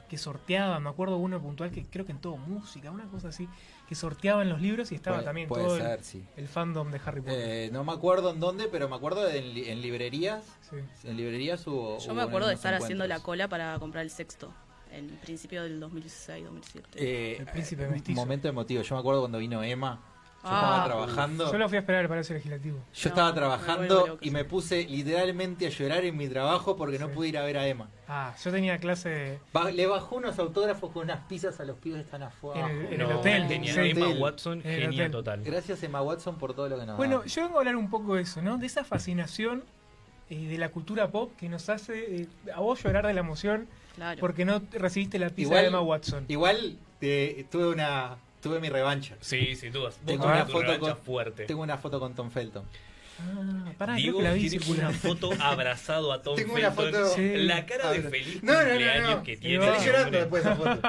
que sorteaban. Me acuerdo uno puntual que creo que en todo música, una cosa así, que sorteaban los libros y estaba Puede- también puede todo ser, el, sí. el fandom de Harry Potter. Eh, no me acuerdo en dónde, pero me acuerdo de en, li- en librerías. Sí. En librerías hubo. Yo hubo me acuerdo de unos estar haciendo la encuentros. cola para comprar el sexto en principio del 2006, 2007. Eh, El príncipe eh, mestizo. Momento emotivo. Yo me acuerdo cuando vino Emma. Yo Ah. estaba trabajando. Yo lo fui a esperar al Palacio Legislativo. Yo No, estaba me trabajando vuelvo loca. y me puse literalmente a llorar en mi trabajo porque no Sí. pude ir a ver a Emma. Ah, yo tenía clase de- Ba- le bajó unos autógrafos con unas pizzas a los pibes que están afuera. En el- en el No, hotel. genia. Sí. Emma Hotel. Watson, En el genia hotel. total. Gracias Emma Watson por todo lo que nos Bueno, da. yo vengo a hablar un poco de eso, ¿no? De esa fascinación eh, de la cultura pop que nos hace eh, a vos llorar de la emoción Claro. porque no recibiste la pizza Igual- de Emma Watson. Igual eh, tuve una tuve mi revancha. Sí, sin dudas. Vos Tengo una tuviste tu foto revancha con- fuerte. Tengo una foto con Tom Felton. Ah, pará, creo Diego que la vi tiene circular. una foto abrazado a Tom Tengo una Felton. foto- Sí. La cara de Ah, Abra- feliz No, no, no, cumpleaños no. que Ahí tiene. va. ese Estoy llorando hombre. después de esa foto.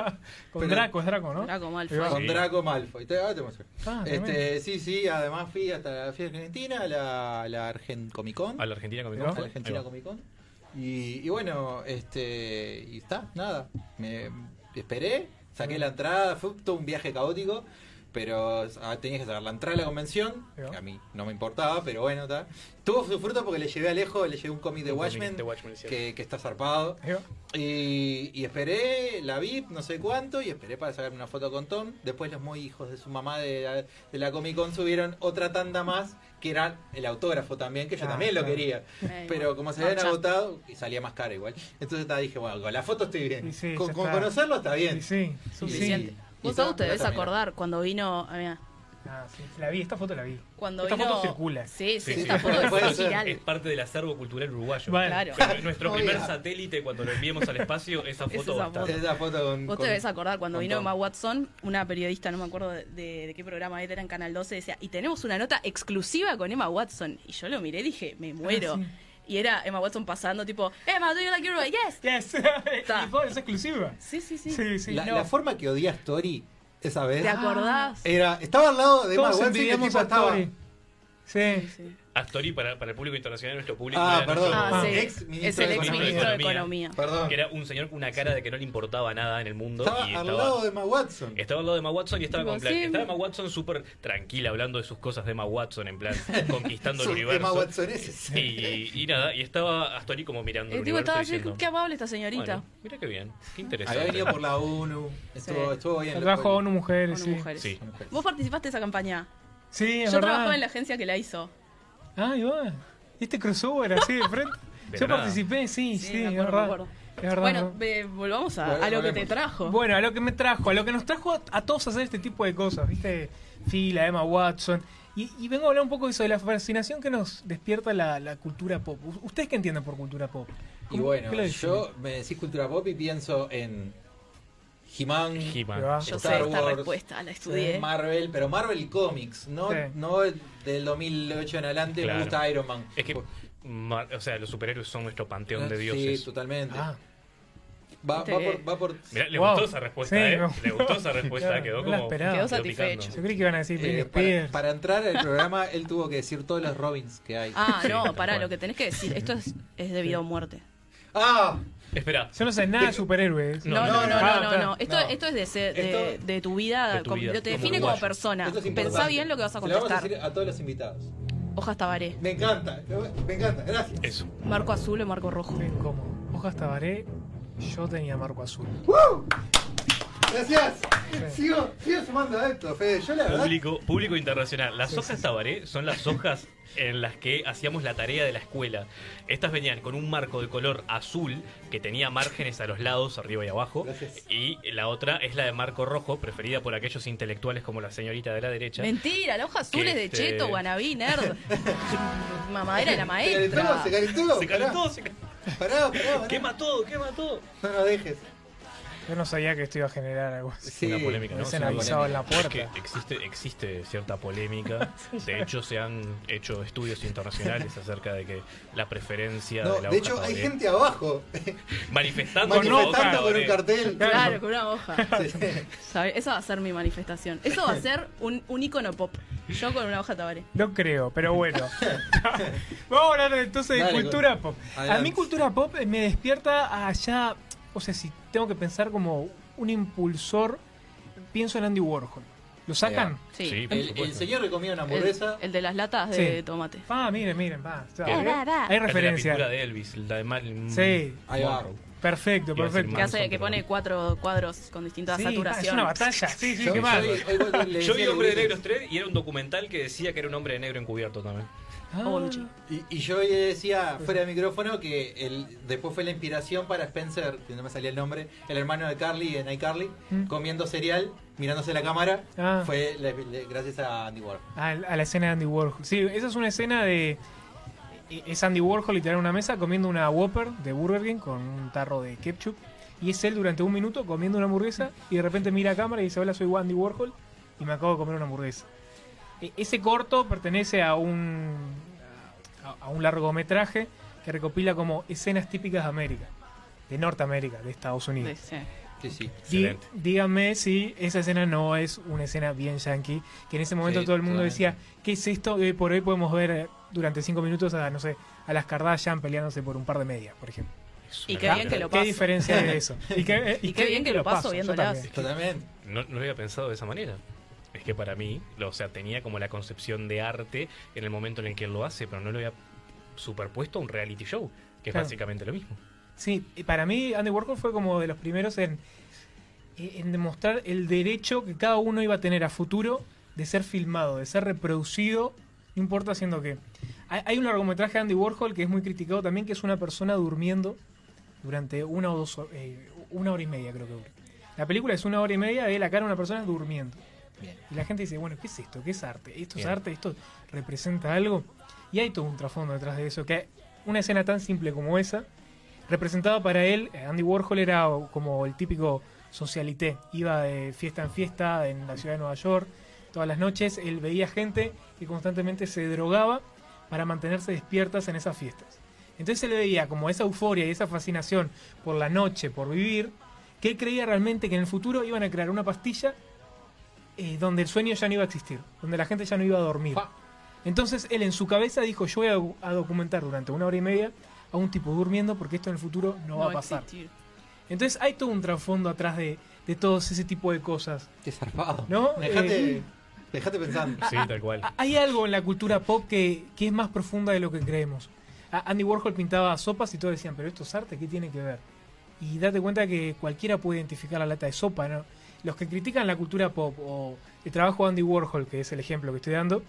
Con Pero- Draco, es Draco, ¿no? Eh, Draco mal. Ahí va. Con Sí. Draco Malfoy. Te- ahora te muestro. Ah, tremendo. este, sí, sí, además fui hasta la Fiesta Argentina, la, la Argen Comic Con. A la Argentina Comic ¿no? Con. a la Argentina Ahí va. Comic Con. Y, y bueno, este, y está, nada. Me esperé, saqué la entrada, fue todo un viaje caótico, pero ah, tenías que sacar la entrada a la convención, Ahí va. que a mí no me importaba, pero bueno, está. Tuvo su fruto porque le llevé a Alejo, le llevé un cómic de Un cómic Watchmen, de Watchmen, sí. que, que está zarpado. Ahí va. Y, y esperé, la vi, no sé cuánto, y esperé para sacarme una foto con Tom. Después los muy hijos de su mamá de la, de la Comic Con subieron otra tanda más, que era el autógrafo también, que yo Ah, también lo claro. quería. Eh, Pero como se no, habían ya. agotado, y salía más caro igual. Entonces ta, dije, bueno, con la foto estoy bien. Y sí, con ya con está. conocerlo está bien. Sí, sí. Suficiente. Y- y Vos está, Agus, te ya debes está, mira. acordar cuando vino. ah, mirá, Ah, sí, la vi, esta foto la vi. cuando esta vino- foto circula. Sí, sí, Sí, esta sí. foto Puede es ser. viral. Es parte del acervo cultural uruguayo. Vale. Claro. Pero Nuestro Obvio. primer satélite, cuando lo enviemos al espacio, esa Es foto esa va a estar. foto. Esa foto con, Vos con- te debes acordar cuando con vino Tom. Emma Watson, una periodista, no me acuerdo de, de- de qué programa era, en Canal 12, decía, y tenemos una nota exclusiva con Emma Watson. Y yo lo miré y dije, me muero. Ah, sí. Y era Emma Watson pasando, tipo, Emma, do you like Uruguay? Yes. Yes. Está. Y fue- es exclusiva. Sí, sí, sí. Sí, sí. la, no. la forma que odias Tori esa vez ¿Te acordás? era estaba al lado de Emma Todos Watson y el envidiamos tipo a estaba Tori. Sí. Sí. Astori, para, para el público internacional, nuestro público. Ah, era nuestro- perdón. Ah, Ah, sí. ex ministro es el de ex ministro de Economía. Perdón. Que era un señor con una cara de que no le importaba nada en el mundo. Estaba y al lado de Emma Watson. Estaba al lado de Emma Watson y estaba Tipo, con plan. sí. Estaba Emma Watson súper tranquila hablando de sus cosas de Emma Watson, en plan, conquistando el Su- universo. Emma Watson es ese. Y, y nada, y estaba Astori como mirando El el Eh, tipo universo estaba así, diciendo, qué amable esta señorita. bueno, mira qué bien, qué Había interesante. venido por la ONU, estuvo, Sí. estuvo bien. El trabajo ONU Con Mujeres, sí. mujeres. Sí. Vos participaste de esa campaña. Sí, es Yo verdad. trabajaba en la agencia que la hizo. Ah, ahí va. Este crossover así de frente. De Yo la nada. participé, sí, sí, Sí, me es acuerdo, me verdad. acuerdo. Es verdad. Bueno, ¿no? eh, volvamos a, Bueno, a lo que te volvemos. trajo. Bueno, a lo que me trajo, a lo que nos trajo a, a todos a hacer este tipo de cosas, ¿viste? Fila, Emma Watson. Y, y vengo a hablar un poco de eso, de la fascinación que nos despierta la, la cultura pop. U- ¿Ustedes qué entienden por cultura pop? Y ¿Cómo- bueno, qué lo definen? yo me decís cultura pop y pienso en He-Man, He-Man. Ahí va. Yo Star sé esta Wars, respuesta, la estudié. Marvel, pero Marvel Comics, no, Sí. no del 2008 en adelante, Claro. me gusta Iron Man. Es que, ma- o sea, los superhéroes son nuestro panteón de Sí, dioses. totalmente. Ah, Va, va Te- por, va por- Mirá, le Wow. gustó esa respuesta, Sí, ¿eh? no. Le gustó esa respuesta, Claro, quedó no la como... esperaba. Quedó picando. satisfecho. yo creí que iban a decir Britney eh, para, Spears. para entrar al programa, él tuvo que decir todos los Robins que hay. Ah, Sí, no, tal pará, cual. lo que tenés que decir, esto es, es debido a muerte. ¡Ah! Espera, Yo no sé nada de superhéroes. No, no, no, no, Ah, no, está. no. Esto, No. esto es de, ser- de, Esto- de tu vida, de tu como- vida, te como define como, uruguayo. persona. Esto es Pensá importante. bien lo que vas a Se lo vamos a contestar. decir a todos los invitados. Hojas tabaré. Me encanta, me encanta, gracias. eso. Marco azul o marco rojo. Qué incómodo. Hojas Tabaré, yo tenía marco azul. Gracias. Sigo, sigo sumando a esto, Fede. Yo la verdad. Público, público internacional. Las hojas tabaré son las hojas en las que hacíamos la tarea de la escuela. Estas venían con un marco de color azul que tenía márgenes a los lados, arriba y abajo. Gracias. Y la otra es la de marco rojo, preferida por aquellos intelectuales como la señorita de la derecha. Mentira, la hoja azul Que es de este- Cheto, Guanabí, nerd. Mamadera de la Se calentó, maestra. se calentó. Se calentó, se calentó. Pará, pará, pará. Quema todo, quema todo. No nos dejes. Yo no sabía que esto iba a generar algo así. Sí. Una polémica, ¿no? Me Sí, han una avisado en la Es puerta. que existe, existe cierta polémica. De hecho, se han hecho estudios internacionales acerca de que la preferencia No, de la de hoja hecho, hay tabaré- gente abajo manifestando manifestando, ¿no? eh. con un cartel. Claro, con una hoja. Sí. ¿Sabe? Esa va a ser mi manifestación. Eso va a ser un, un icono pop. Yo con una hoja tabaré. No creo, pero bueno. Vamos a hablar entonces de Dale, cultura pop. A adelante. mí cultura pop eh, me despierta allá, o sea, si tengo que pensar como un impulsor, pienso en Andy Warhol. ¿Lo sacan? Sí. Sí, por El, el supuesto. señor que comía una el, hamburguesa. el de las latas de Sí. tomate. Ah, miren, miren, va. está. ¿Qué? Hay Es de la pintura referencia. de Elvis, la de Mal. Sí, Ahí va. perfecto, Iba a decir perfecto. Que, Manson, hace, que pero pone bueno. cuatro cuadros con distintas Sí, saturaciones. es una batalla. Sí, sí, Yo, qué mal. yo- yo- le Yo vi decía Hombre de Ulises- Negros 3 y era un documental que decía que era un hombre de negro encubierto también. Ah, Obvio. Y, y yo le decía fuera de micrófono que el, después fue la inspiración para Spencer, que no me salía el nombre, el hermano de Carly en iCarly, Mm. comiendo cereal, mirándose la cámara. Ah. Fue la- la- gracias a Andy Warhol. a, Ah, a la escena de Andy Warhol. Sí, esa es una escena de. e, Es Andy Warhol literal en una mesa comiendo una Whopper de Burger King con un tarro de ketchup. Y es él durante un minuto comiendo una hamburguesa y de repente mira a cámara y dice: Hola, soy Andy Warhol y me acabo de comer una hamburguesa. E- Ese corto pertenece a un, a, a un largometraje que recopila como escenas típicas de América, de Norteamérica, de Estados Unidos. Sí. Sí, sí. Di- Excelente. díganme si esa escena no es una escena bien yankee, que en ese momento Sí, todo el mundo totalmente. decía, ¿qué es esto? Y hoy por hoy podemos ver eh, durante cinco minutos a, no sé, a las Kardashian peleándose por un par de medias, por ejemplo. Ah, Y una qué bien que lo ¿Qué paso. diferencia es eso? Y qué, eh, Y qué bien que lo paso yo viéndolas. también. Totalmente. No, no lo había pensado de esa manera. Es que para mí, lo- o sea, tenía como la concepción de arte en el momento en el que él lo hace, pero no lo había superpuesto a un reality show, que es Claro. básicamente lo mismo. Sí, y para mí Andy Warhol fue como de los primeros en, en demostrar el derecho que cada uno iba a tener a futuro de ser filmado, de ser reproducido, no importa haciendo qué. Hay, hay un largometraje de Andy Warhol que es muy criticado también, que es una persona durmiendo durante una o dos hor- eh, una hora y media creo que dura. La película es una hora y media de la cara de una persona durmiendo. Bien. Y la gente dice, bueno, ¿qué es esto? ¿Qué es arte? ¿Esto Bien. es arte? ¿Esto representa algo? Y hay todo un trasfondo detrás de eso, que una escena tan simple como esa, representada para él, eh, Andy Warhol era como el típico socialité, iba de fiesta en fiesta en la ciudad de Nueva York, todas las noches, él veía gente que constantemente se drogaba para mantenerse despiertas en esas fiestas. Entonces él veía como esa euforia y esa fascinación por la noche, por vivir, que él creía realmente que en el futuro iban a crear una pastilla eh, donde el sueño ya no iba a existir, donde la gente ya no iba a dormir. Fa. Entonces él en su cabeza dijo, yo voy a, do- a documentar durante una hora y media a un tipo durmiendo porque esto en el futuro no, va a pasar. Eh, existir. Entonces hay todo un trasfondo atrás de, de todos ese tipo de cosas. Qué zarpado. ¿No? Dejate, Eh. dejate pensando. Sí, tal cual. A- Hay algo en la cultura pop que, que es más profunda de lo que creemos. A- Andy Warhol pintaba sopas y todos decían, pero esto es arte, ¿qué tiene que ver? Y date cuenta que cualquiera puede identificar la lata de sopa, ¿no? Los que critican la cultura pop o el trabajo de Andy Warhol, que es el ejemplo que estoy dando,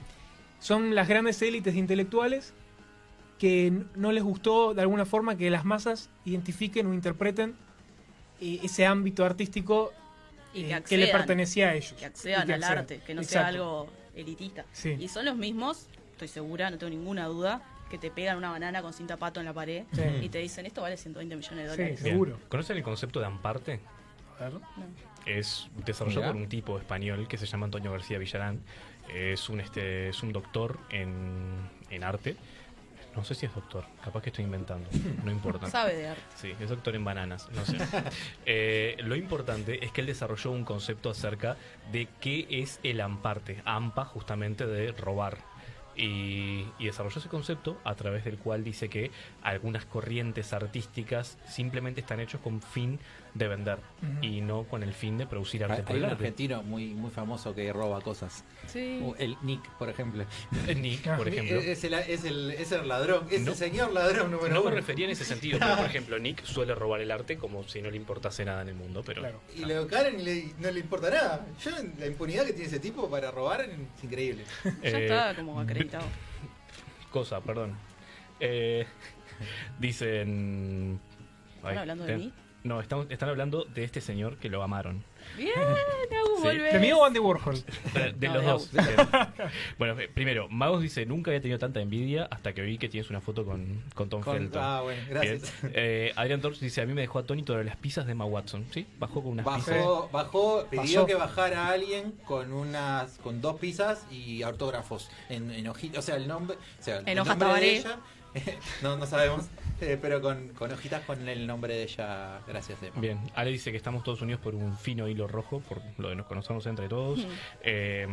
son las grandes élites de intelectuales que n- no les gustó de alguna forma que las masas identifiquen o interpreten eh, ese ámbito artístico Y eh, que le accedan. pertenecía a ellos. que accedan Y que al accedan. arte, que no sea Exacto. algo elitista. Sí. Y son los mismos, estoy segura, no tengo ninguna duda, que te pegan una banana con cinta pato en la pared Sí. y te dicen, esto vale 120 millones de Sí, dólares. Bien. seguro. ¿Conocen el concepto de amparte? A ver. Es desarrollado Mirá. por un tipo español que se llama Antonio García Villarán. Es un, este, es un doctor en, en arte. No sé si es doctor, capaz que estoy inventando. No importa. Sabe de arte. Sí, es doctor en bananas, no sé. Eh, lo importante es que él desarrolló un concepto acerca de qué es el amparte, AMPA justamente de robar. Y, y desarrolló ese concepto a través del cual dice que algunas corrientes artísticas simplemente están hechos con fin de vender Ujú. y no con el fin de producir Ah, Hay, arte hay por el un arte. argentino muy, muy famoso que roba cosas. Sí. O El Nick, por ejemplo. Nick, eh, por ejemplo. Es el, es el, es el ladrón, es No. el señor ladrón número No me uno. refería en ese sentido, pero por ejemplo, Nick suele robar el arte como si no le importase nada en el mundo, pero Claro. Y lo caran y le- no le importa nada. Yo, la impunidad que tiene ese tipo para robar es increíble. Ya Eh, está como acreditado. cosa, perdón. Eh, dicen. ¿Están hablando de mí? No, estamos, están hablando de este señor que lo amaron. Bien, Agus, Sí. volvés. ¿De mí o Andy Warhol? De, de No, los de dos. Bien. bueno, eh, primero, Magos dice: Nunca había tenido tanta envidia hasta que vi que tienes una foto con, con Tom Con- Felton. ah, bueno, gracias. Bien. Eh, Adrian Torres dice: A mí me dejó atónito de las pizzas de Ma Watson. ¿Sí? Bajó con unas pizzas. Bajó, bajó, pidió Pasó. que bajara a alguien con unas, con dos pizzas y autógrafos en, en hojitas, o sea el nombre, o sea, el En hojas nombre tabaré. de ella, no, no sabemos, eh, pero con, con hojitas con el nombre de ella, gracias Emma. Bien, Ale dice que estamos todos unidos por un fino hilo rojo, por lo de nos conocemos entre todos. Hmm. Eh,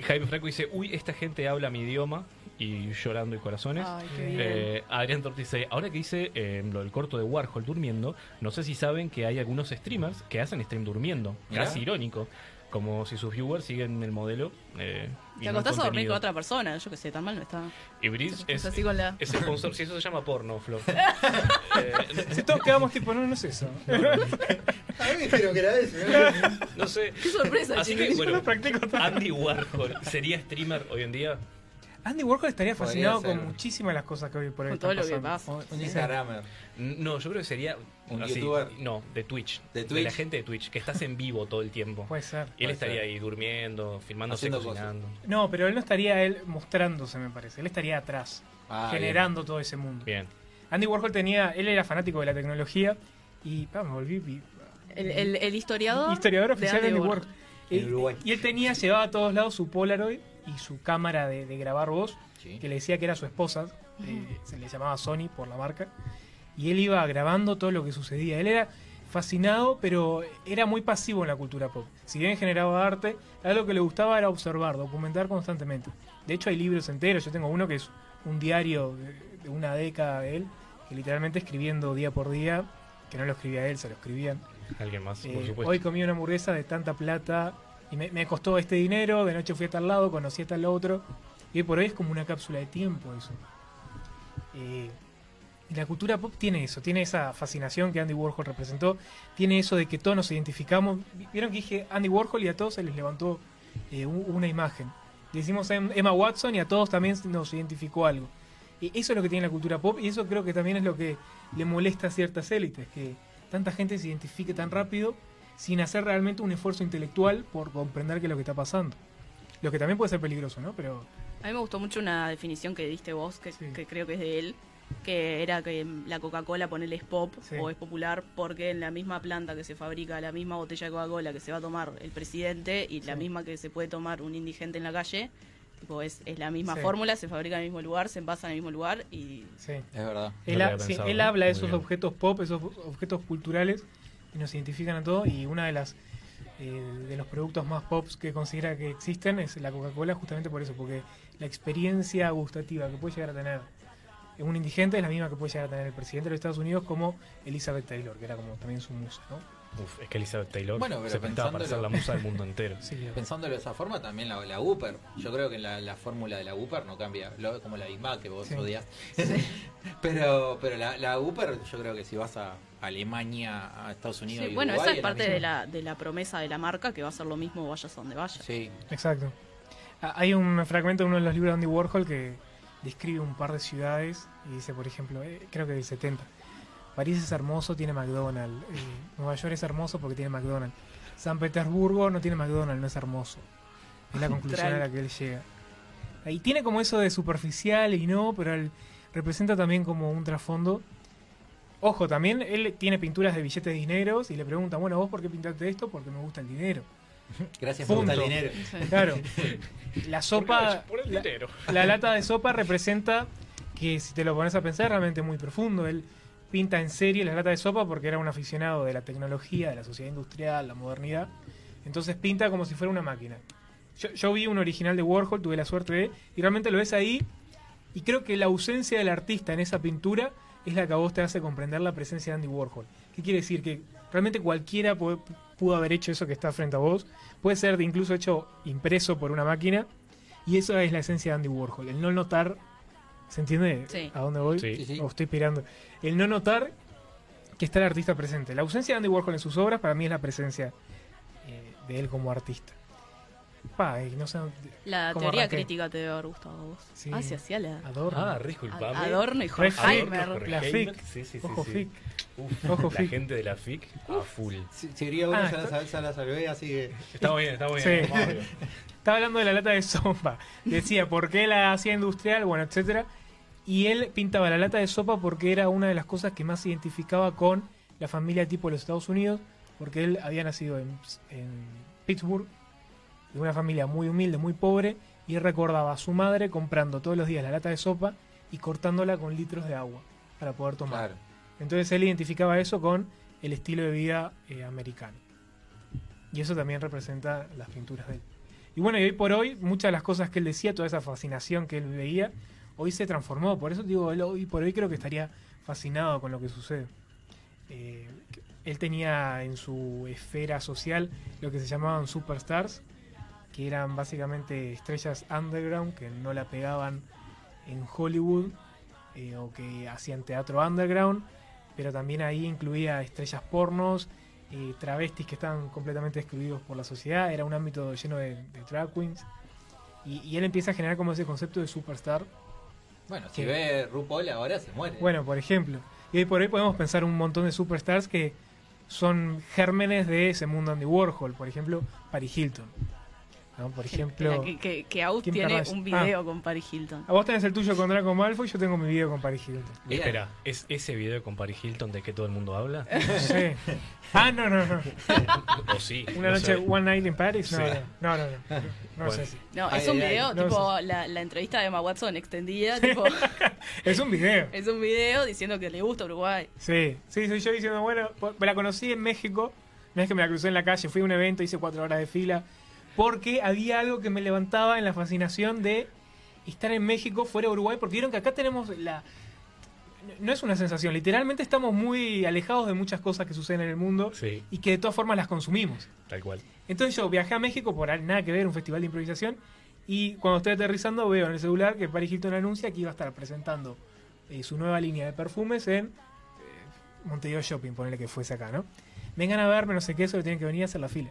Jaime Franco dice, uy, esta gente habla mi idioma, y llorando y corazones. Ay, qué bien. Eh, Adrián Torres dice, ahora que dice eh, lo del corto de Warhol durmiendo, no sé si saben que hay algunos streamers que hacen stream durmiendo, Mirá. casi irónico, como si sus viewers siguen el modelo. eh, y Te no el acostás a dormir contenido. con otra persona, yo qué sé, tan mal no está. Y Bridge Es es, así con la- es sponsor, si eso se llama porno, Flo. Eh, Si todos quedamos tipo, no, no es eso. A mí me dijeron que era ¿eh? eso. ¿no? no sé. Qué sorpresa, Así que, chicos. bueno, lo practico tanto. Andy Warhol sería streamer hoy en día. Andy Warhol estaría Podría fascinado ser. con muchísimas de las cosas que hoy por Con hoy están todo lo que pasando. Un- Un Sí. Instagramer. N- No, yo creo que sería Un así, youtuber. No, de Twitch. De la Twitch. gente de Twitch, que estás en vivo todo el tiempo. Puede ser. y él puede estaría ser. ahí durmiendo, filmándose, Haciendo cocinando. No, pero él no estaría él mostrándose, me parece. Él estaría atrás, Ah, generando todo ese mundo. Bien. Andy Warhol tenía, él era fanático de la tecnología y, ah, me volví pi- El, el, el historiador. historiador oficial de Andy Ah, Warhol. Warhol. En Eh, Uruguay. Y él tenía, llevaba a todos lados su Polaroid y su cámara de, de grabar voz. Sí. que le decía que era su esposa, eh, se le llamaba Sony por la marca, y él iba grabando todo lo que sucedía. Él era fascinado, pero era muy pasivo en la cultura pop. Si bien generaba arte, a él lo que le gustaba era observar, documentar constantemente. De hecho hay libros enteros, yo tengo uno que es un diario de- de una década de él, que literalmente escribiendo día por día, que no lo escribía él, se lo escribían. Alguien más, Eh, por supuesto. hoy comí una hamburguesa de tanta plata y me, me costó este dinero, de noche fui a tal lado, conocí a tal otro. Y hoy por hoy es como una cápsula de tiempo eso. Eh, y la cultura pop tiene eso, tiene esa fascinación que Andy Warhol representó, tiene eso de que todos nos identificamos. Vi- Vieron que dije Andy Warhol y a todos se les levantó eh, u- una imagen. Le Decimos em- Emma Watson y a todos también nos identificó algo. Y eso es lo que tiene la cultura pop y eso creo que también es lo que le molesta a ciertas élites, que tanta gente se identifique tan rápido sin hacer realmente un esfuerzo intelectual por comprender qué es lo que está pasando. Lo que también puede ser peligroso, ¿no? Pero A mí me gustó mucho una definición que diste vos, que, Sí. que creo que es de él, que era que mm, la Coca-Cola ponele es pop Sí. o es popular porque en la misma planta que se fabrica la misma botella de Coca-Cola que se va a tomar el presidente y la Sí. misma que se puede tomar un indigente en la calle, tipo, es, es la misma Sí. fórmula, se fabrica en el mismo lugar, se envasa en el mismo lugar y sí. Es verdad. Él, lo ha- había sí, pensado, él ¿eh? habla de Muy esos bien. objetos pop, esos objetos culturales que nos identifican a todos y una de las eh, de los productos más pops que considera que existen es la Coca-Cola justamente por eso, porque la experiencia gustativa que puede llegar a tener un indigente es la misma que puede llegar a tener el presidente de los Estados Unidos como Elizabeth Taylor, que era como también su musa, ¿no? Uf, es que Elizabeth Taylor Bueno, pero se pintaba para ser pensándolo- la musa del mundo entero. Sí, Pensándolo de esa forma, también la, la Whopper. Yo creo que la, la fórmula de la Whopper no cambia, lo- como la Big Mac que vos Sí. odias. pero pero la, la Whopper, yo creo que si vas a Alemania, a Estados Unidos. Sí, y bueno, Uruguay, esa es parte de misma. la, de la promesa de la marca que va a ser lo mismo vayas a donde vayas. Sí, Exacto. Ah, Hay un fragmento de uno de los libros de Andy Warhol que describe un par de ciudades y dice, por ejemplo, eh, creo que del 70. París es hermoso, tiene McDonald's. Eh, Nueva York es hermoso porque tiene McDonald's. San Petersburgo no tiene McDonald's, no es hermoso. Es la conclusión a la que él llega. Y tiene como eso de superficial y no, pero él representa también como un trasfondo. Ojo, también él tiene pinturas de billetes negros y le preguntan, bueno, ¿vos por qué pintaste esto? Porque me gusta el dinero. gracias por el Punto. dinero. Claro. La sopa. Por el la- dinero. la lata de sopa representa que si te lo pones a pensar realmente es muy profundo. Él pinta en serie la lata de sopa porque era un aficionado de la tecnología, de la sociedad industrial, la modernidad. Entonces pinta como si fuera una máquina. Yo, yo vi un original de Warhol, tuve la suerte de, y realmente lo ves ahí. Y creo que la ausencia del artista en esa pintura es la que a vos te hace comprender la presencia de Andy Warhol. ¿Qué quiere decir? Que realmente cualquiera pu- pudo haber hecho eso que está frente a vos. Puede ser de incluso hecho impreso por una máquina. Y eso es la esencia de Andy Warhol. El no notar. ¿Se entiende Sí. a dónde voy? Sí. Sí, sí. O Oh, estoy pirando. El no notar que está el artista presente. La ausencia de Andy Warhol en sus obras para mí es la presencia eh, de él como artista. Pa, y no sé dónde- La ¿Cómo teoría arranqué? crítica te debe haber gustado a vos. Sí. Ah, se hacía la... Adorno. Ah, disculpame. Adorno y Re Horkheimer. La Heimer, FIC. Sí, sí, sí. Ojo sí. fic. Uf, Ojo la fic. gente de la FIC a full. Si, si iría uno, Ah, ya, la, está- sal- ya la salvé, así que. Está bien, está bien. Sí. vamos arriba. Estaba hablando de la lata de sopa. Decía, ¿por qué la hacía industrial? Bueno, etcétera. Y él pintaba la lata de sopa porque era una de las cosas que más se identificaba con la familia tipo de los Estados Unidos, porque él había nacido en, en Pittsburgh, de una familia muy humilde, muy pobre, y él recordaba a su madre comprando todos los días la lata de sopa y cortándola con litros de agua para poder tomar. Claro. Entonces él identificaba eso con el estilo de vida eh, americano. Y eso también representa las pinturas de él. Y bueno, y hoy por hoy, muchas de las cosas que él decía, toda esa fascinación que él veía, hoy se transformó. Por eso digo, él hoy por hoy creo que estaría fascinado con lo que sucede. Eh, él tenía en su esfera social lo que se llamaban superstars, que eran básicamente estrellas underground que no la pegaban en Hollywood eh, o que hacían teatro underground, pero también ahí incluía estrellas pornos, eh, travestis que estaban completamente excluidos por la sociedad, era un ámbito lleno de, de drag queens. Y, y él empieza a generar como ese concepto de superstar. Bueno, si Sí. ve RuPaul ahora se muere. Bueno, por ejemplo, y hoy por hoy podemos pensar un montón de superstars que son gérmenes de ese mundo Andy Warhol, por ejemplo, Paris Hilton. ¿no? Por Mira, ejemplo... que, que, que Aus ¿Quién tiene perras? un video con Paris Hilton. Ah, Vos tenés el tuyo con Draco Malfoy, yo tengo mi video con Paris Hilton. Bien. Espera, ¿es ese video con Paris Hilton de que todo el mundo habla? No sé. Ah, no, no, no. ¿O sí? Una No noche sé. One Night in Paris, no, Sí. no, no, no, no, no Bueno. sé si- No, Ay, es un ay, ay. video, No, tipo la, la entrevista de Emma Watson extendida, tipo, Es un video. es un video diciendo que le gusta Uruguay. Sí, sí, soy yo diciendo, bueno, po- me la conocí en México, no es que me la crucé en la calle, fui a un evento, hice cuatro horas de fila, porque había algo que me levantaba en la fascinación de estar en México fuera de Uruguay, porque vieron que acá tenemos la... No es una sensación, literalmente estamos muy alejados de muchas cosas que suceden en el mundo Sí, y que de todas formas las consumimos. tal cual. Entonces yo viajé a México por al- nada que ver, un festival de improvisación, y cuando estoy aterrizando veo en el celular que Paris Hilton anuncia que iba a estar presentando eh, su nueva línea de perfumes en eh, Montevideo Shopping, ponerle que fuese acá, ¿no? Vengan a verme, no sé qué, solo tienen que venir a hacer la fila.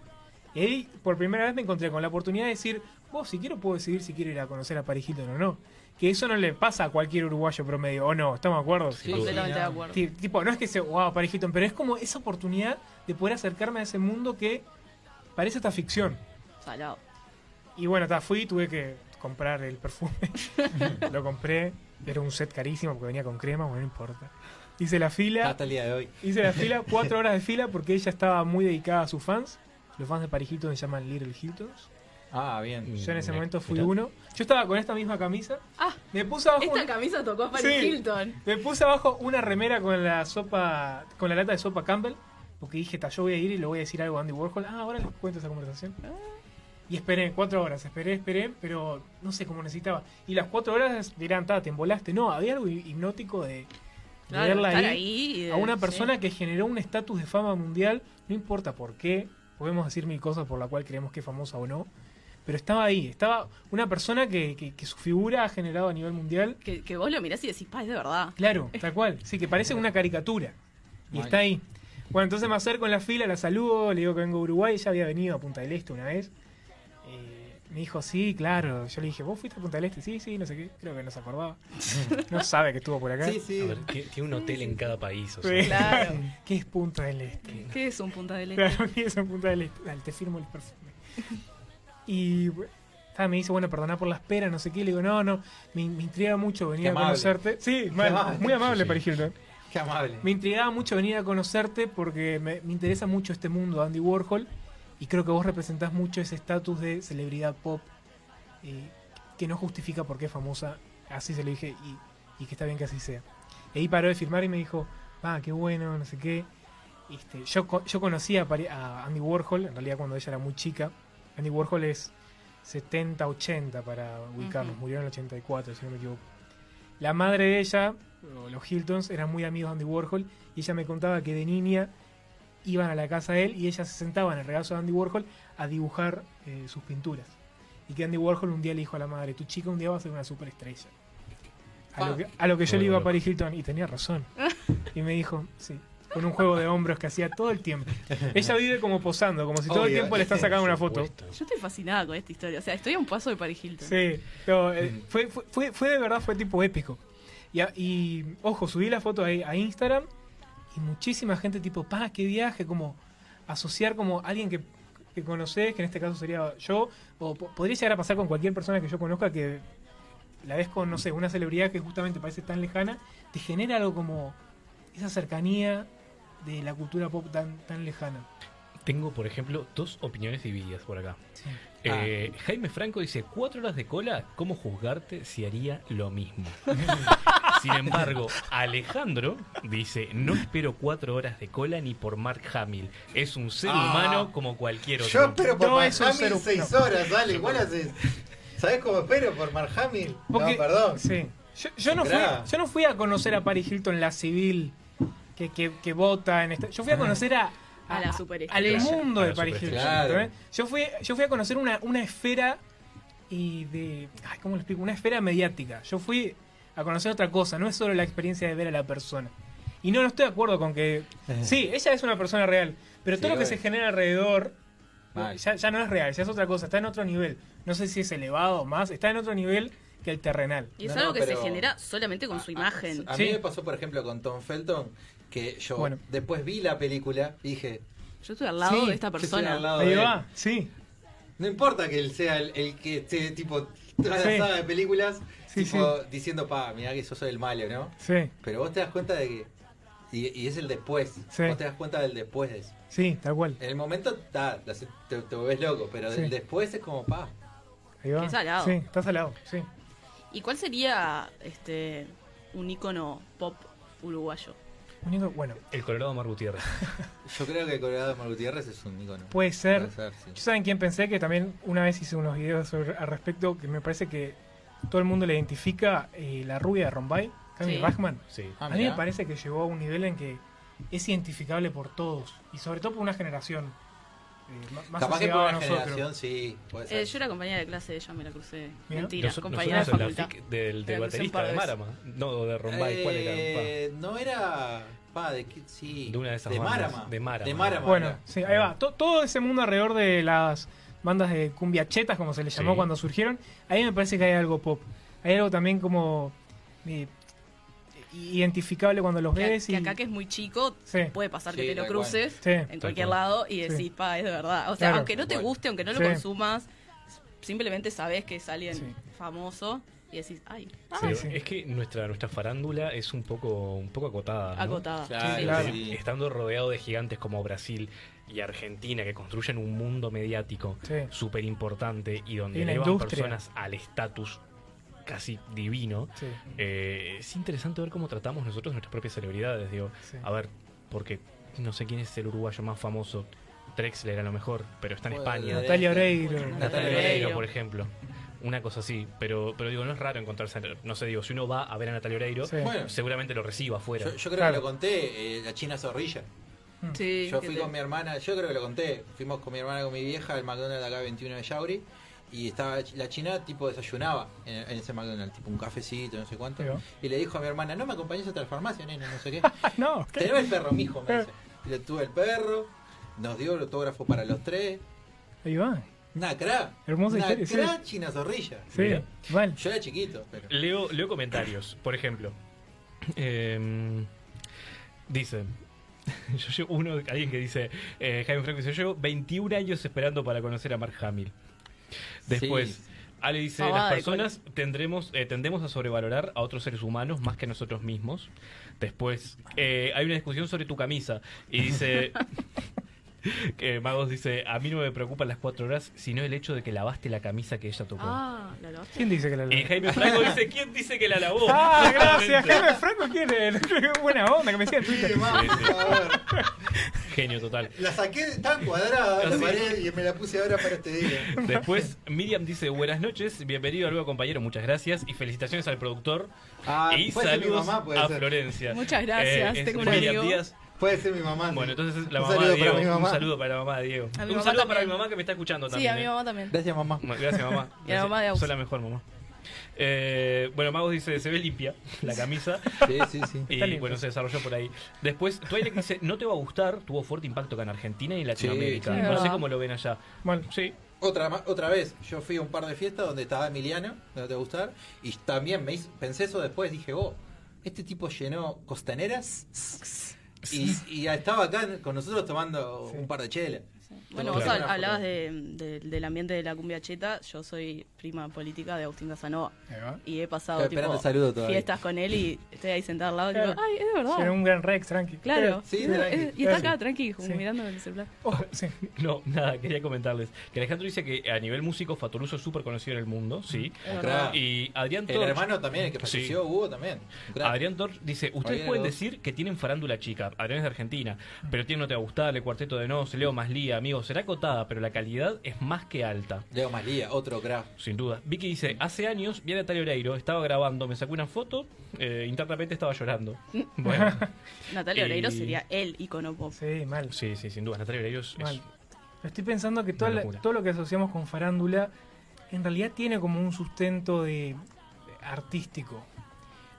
Y ahí por primera vez me encontré con la oportunidad de decir, vos si quiero puedo decidir si quiero ir a conocer a Paris Hilton o no. Que eso no le pasa a cualquier uruguayo promedio, ¿o no? ¿Estamos de acuerdo? completamente de acuerdo. Ti- Tipo, no es que sea, wow, Paris Hilton, pero es como esa oportunidad de poder acercarme a ese mundo que parece esta ficción. Salado. Y bueno, ta, fui, tuve que comprar el perfume. Lo compré, era un set carísimo porque venía con crema, bueno, no importa. Hice la fila, Hasta el día de hoy. hice la fila, cuatro horas de fila porque ella estaba muy dedicada a sus fans. Los fans de Paris Hilton se llaman Little Hiltons. Ah, bien. Yo en ese Mira, momento fui mira. uno. Yo estaba con esta misma camisa. Ah, Me puse abajo esta un- camisa tocó a Paris Sí. Hilton. me puse abajo una remera con la sopa, con la lata de sopa Campbell, porque dije, "Ta, yo voy a ir y le voy a decir algo a Andy Warhol. Ah, ahora les cuento esa conversación. Ah. Y esperé cuatro horas, esperé, esperé, pero no sé cómo necesitaba. Y las cuatro horas dirán, ta, te embolaste. No, había algo hipnótico de, de Claro, verla estar ahí, ahí y de- a una sí. persona que generó un estatus de fama mundial, no importa por qué, podemos decir mil cosas por la cual creemos que es famosa o no, pero estaba ahí, estaba una persona que- que- que su figura ha generado a nivel mundial Que, que vos lo mirás y decís, pa, es de verdad. Claro, tal cual. Sí, que parece una caricatura. Y Mal. está ahí. Bueno, entonces me acerco en la fila, la saludo, le digo que vengo a Uruguay, ella había venido a Punta del Este una vez. Eh, me dijo, sí, claro. Yo le dije, ¿vos fuiste a Punta del Este? Sí, sí, no sé qué. Creo que no se acordaba. No sabe que estuvo por acá. Sí, sí. A ver, tie- tiene un hotel en cada país. O sea. Sí. Claro. ¿Qué es Punta del Este? ¿Qué es un punta de leche? Claro, que es en Punta del Este. Dale, te firmo el perfume. Y bueno, ta, me dice, bueno, perdona por la espera, no sé qué. Le digo, no, no, me, me intriga mucho venir Qué a amable. conocerte. Sí, mal, amable. muy amable, Sí, sí. Paris Hilton. Qué amable. Me intrigaba mucho venir a conocerte porque me, me interesa mucho este mundo, Andy Warhol, y creo que vos representás mucho ese estatus de celebridad pop eh, que no justifica por qué es famosa, así se lo dije, y, y que está bien que así sea. Y ahí paró de firmar y me dijo, ah, qué bueno, no sé qué. Este, yo, co- yo conocí a, Pari- a Andy Warhol, en realidad cuando ella era muy chica. Andy Warhol es 70, 80 para ubicarnos, Ujú. murió en el 84, si no me equivoco. La madre de ella, o los Hiltons, eran muy amigos de Andy Warhol y ella me contaba que de niña iban a la casa de él y ella se sentaba en el regazo de Andy Warhol a dibujar eh, sus pinturas. Y que Andy Warhol un día le dijo a la madre, tu chica un día va a ser una superestrella. A lo que, a lo que yo le iba a Paris Hilton y tenía razón. Y me dijo, sí, con un juego de hombros que hacía todo el tiempo. Ella vive como posando, como si todo el Obvio, tiempo le está sí, sacando Por una foto. supuesto. Yo estoy fascinada con esta historia. O sea, estoy a un paso de Paris Hilton. Sí, no, eh, fue, fue, fue, fue de verdad, fue tipo épico. Y, a- y, ojo, subí la foto ahí a Instagram y muchísima gente tipo, pa, qué viaje, como asociar como alguien que, que conoces, que en este caso sería yo, o po- podría llegar a pasar con cualquier persona que yo conozca que la ves con, no sé, una celebridad que justamente parece tan lejana, te genera algo como esa cercanía de la cultura pop tan, tan lejana. Tengo, por ejemplo, dos opiniones divididas por acá. Sí. Ah. Eh, Jaime Franco dice, cuatro horas de cola, ¿cómo juzgarte si haría lo mismo? Sin embargo, Alejandro dice, no espero cuatro horas de cola ni por Mark Hamill. Es un ser Ah. humano como cualquier otro. Yo espero por No Mark es un ser Hamill humano. 6 horas, dale, igual haces. ¿Sabés cómo espero por Mark Hamill? Porque- no, perdón. Sí. Yo, yo no fui, Entrá. yo no fui a conocer a Paris Hilton, la civil que, que, que vota en esta. Yo fui a conocer a. A la Al superestrella. mundo A de la Paris Hilton. superestrella. Claro. ¿eh? Yo, fui, yo fui a conocer una, una esfera y de. Ay, ¿Cómo lo explico? Una esfera mediática. Yo fui a conocer otra cosa, no es solo la experiencia de ver a la persona. Y no, no estoy de acuerdo con que. Sí, ella es una persona real, pero Sí, todo lo que obvio. se genera alrededor Mal. ya, ya no es real, ya es otra cosa, está en otro nivel. No sé si es elevado o más, está en otro nivel que el terrenal. Y es No, no, algo que pero- Ah, se genera solamente con su imagen. A Sí. mí me pasó, por ejemplo, con Tom Felton, que yo Bueno. después vi la película y dije, Yo estoy al lado Sí, de esta yo estoy al persona. lado Ahí de él. va, sí. No importa que él sea el, el que esté tipo toda la Sí. saga de películas Sí, tipo, diciendo, pa, mirá que yo soy el malo, ¿no? Sí, Pero vos te das cuenta de que. Y, y es el después. Sí. Vos te das cuenta del después de eso. sí, tal cual. En el momento ta, lo hace- te, te volvés loco, pero Sí. el después es como pa. Ahí va. Qué salado. Sí, está salado, sí. ¿Y cuál sería este un ícono pop uruguayo? Único- bueno, El Colorado Mar Gutiérrez. Yo creo que Colorado Mar Gutiérrez es un icono. puede ser. sí. Yo saben quién pensé que también una vez hice unos videos sobre- al respecto que me parece que todo el mundo le identifica eh, la rubia de Rombay, Camille Sí. Bachmann. Sí. Ah, a mí me mirá. parece que llegó a un nivel en que es identificable por todos y sobre todo por una generación eh, ma- más Capaz que por asociada a una nosotros. generación sí. Puede ser. Eh, yo era compañera de clase de ella, me la crucé. Mira. Mentira, Noso- compañera de nosotros en la facultad. FIC del, del Era que hice un baterista par de de veces. Marama. No, de Rombay. ¿Cuál era? Eh, No era. Pa, de qué- sí. De una de esas bandas. Marama. De Marama. De Marama. Bueno, era. sí, ahí va. To- todo ese mundo alrededor de las bandas de cumbiachetas, como se les llamó Sí. cuando surgieron, ahí me parece que hay algo pop. Hay algo también como eh, identificable cuando los Que, ves que y... acá que es muy chico, Sí. puede pasar Sí, que te lo tal cual. cruces Sí. en cualquier cual. lado y decís, Sí. pa, es de verdad. O sea, Claro. aunque no te Tal cual. guste, aunque no lo Sí. consumas, simplemente sabes que es alguien Sí. famoso y decís, ay, ah, Pero sí. Es que nuestra, nuestra farándula es un poco, un poco acotada. ¿no? acotada. Claro, Sí, Claro. claro. sí. Estando rodeado de gigantes como Brasil y Argentina, que construyen un mundo mediático Sí. súper importante y donde Y una elevan industria. personas al estatus casi divino, Sí, eh, es interesante ver cómo tratamos nosotros nuestras propias celebridades. Digo, sí. a ver, porque no sé quién es el uruguayo más famoso. Drexler a lo mejor, pero está en Bueno, España. de- Natalia Oreiro. Natalia Natalia Oreiro. Oreiro, por ejemplo. Una cosa así, pero, pero digo, no es raro encontrarse, no sé, digo, si uno va a ver a Natalia Oreiro, Sí. Bueno, seguramente lo reciba afuera. Yo, yo creo Claro. que lo conté, eh, la China Zorrilla. Sí, Yo que fui te- con mi hermana, yo creo que lo conté. Fuimos con mi hermana, con mi vieja al McDonald's acá 21 de Yauri. Y estaba la china, tipo, desayunaba en, en ese McDonald's, tipo un cafecito, no sé cuánto. Ahí va. Y le dijo a mi hermana, no me acompañes hasta la farmacia, nena, no sé qué. Ah, No, ¿qué? Tenemos el perro, mijo, me dice. Y le tuve el perro, nos dio el autógrafo para los tres. ahí va. Una cra. Hermosa Una historia, sí. cra china zorrilla. Sí, Mira. mal. Yo era chiquito, pero. Leo, leo comentarios, por ejemplo. Eh, dice. Yo llevo uno, alguien que dice, eh, Jaime Franco dice, yo llevo 21 años esperando para conocer a Mark Hamill. Después, Sí. Ale dice, Pavada las de personas tendremos, eh, tendemos a sobrevalorar a otros seres humanos más que a nosotros mismos. Después, eh, hay una discusión sobre tu camisa. Y dice, que Magos dice, a mí no me preocupan las cuatro horas, sino el hecho de que lavaste la camisa que ella tocó. Ah, la lavaste. ¿Quién dice que la Y Jaime Franco dice, ¿quién dice que la lavó? Ah, gracias. Claramente. Jaime Franco quiere. Buena onda que me decía en Twitter. Vamos, Sí, sí. a ver. Genio total. La saqué tan cuadrada la Así. pared y me la puse ahora para este día. Después, Miriam dice, buenas noches, bienvenido al nuevo compañero, muchas gracias y felicitaciones al productor. Ah, y puede ser mi saludos mamá, puede a ser. Florencia. Eh, Muchas gracias, es tengo un Miriam amigo. Díaz. Puede ser mi mamá. sí. Bueno, entonces la Un mamá saludo de Diego. para mi mamá. Un saludo para la mamá de Diego. A mi Un mamá saludo para mi también. mamá que me está escuchando Sí, también. a mi eh. mamá también. Gracias, mamá. Ma- Gracias, mamá. Y a la mamá de Agus. Soy la mejor mamá. Eh, bueno, Magos dice, se ve limpia la camisa. Sí, sí, sí. Y Está limpio. bueno, se desarrolló por ahí. Después, Twilight dice, no te va a gustar, tuvo fuerte impacto acá en Argentina y en Latinoamérica. Sí, sí. no sé Verdad. cómo lo ven allá. Mal. Sí, Otra, ma- otra vez, yo fui a un par de fiestas donde estaba Emiliano, no te va a gustar, y también me hizo- pensé eso después, dije, oh, este tipo llenó costaneras y, y estaba acá con nosotros tomando un par de chelas. Bueno, Claro. vos hab- Claro. hablabas de- de- del ambiente de la cumbia cheta. Yo soy prima política de Agustín Casanova. Ahí va. Y he pasado Estoy esperando tipo, el saludo todavía. fiestas con él y estoy ahí sentada al lado y Claro. digo, ay, es de verdad. Era un gran Rex, tranqui. Claro. Sí, Es de- tranqui. es- y está acá Sí. tranqui, como Sí. mirando el celular. Ojo, sí. no, nada, quería comentarles. Que Alejandro dice que a nivel músico Fatoruso es súper conocido en el mundo, sí. Es Claro. verdad. Y Adrián Ah. El Torch, hermano también, el que Sí. falleció, Hugo también. Claro. Adrián Torch dice, ustedes Adrián pueden Torch. decir que tienen farándula chica, Adrián es de Argentina, pero tiene No Te Va a Gustar, El Cuarteto de Nos, Leo Maslía, amigos, será acotada, pero la calidad es más que alta. Leo Maslía, otro craft. Sin duda. Vicky dice, hace años vi a Natalia Oreiro, estaba grabando, me sacó una foto, eh, internamente estaba llorando. Bueno, Natalia Y- Oreiro sería el icono pop. Sí, mal. sí, sí, sin duda. Natalia Oreiro es... es- Mal. Pero estoy pensando que toda Una la- locura. todo lo que asociamos con farándula en realidad tiene como un sustento de, de artístico.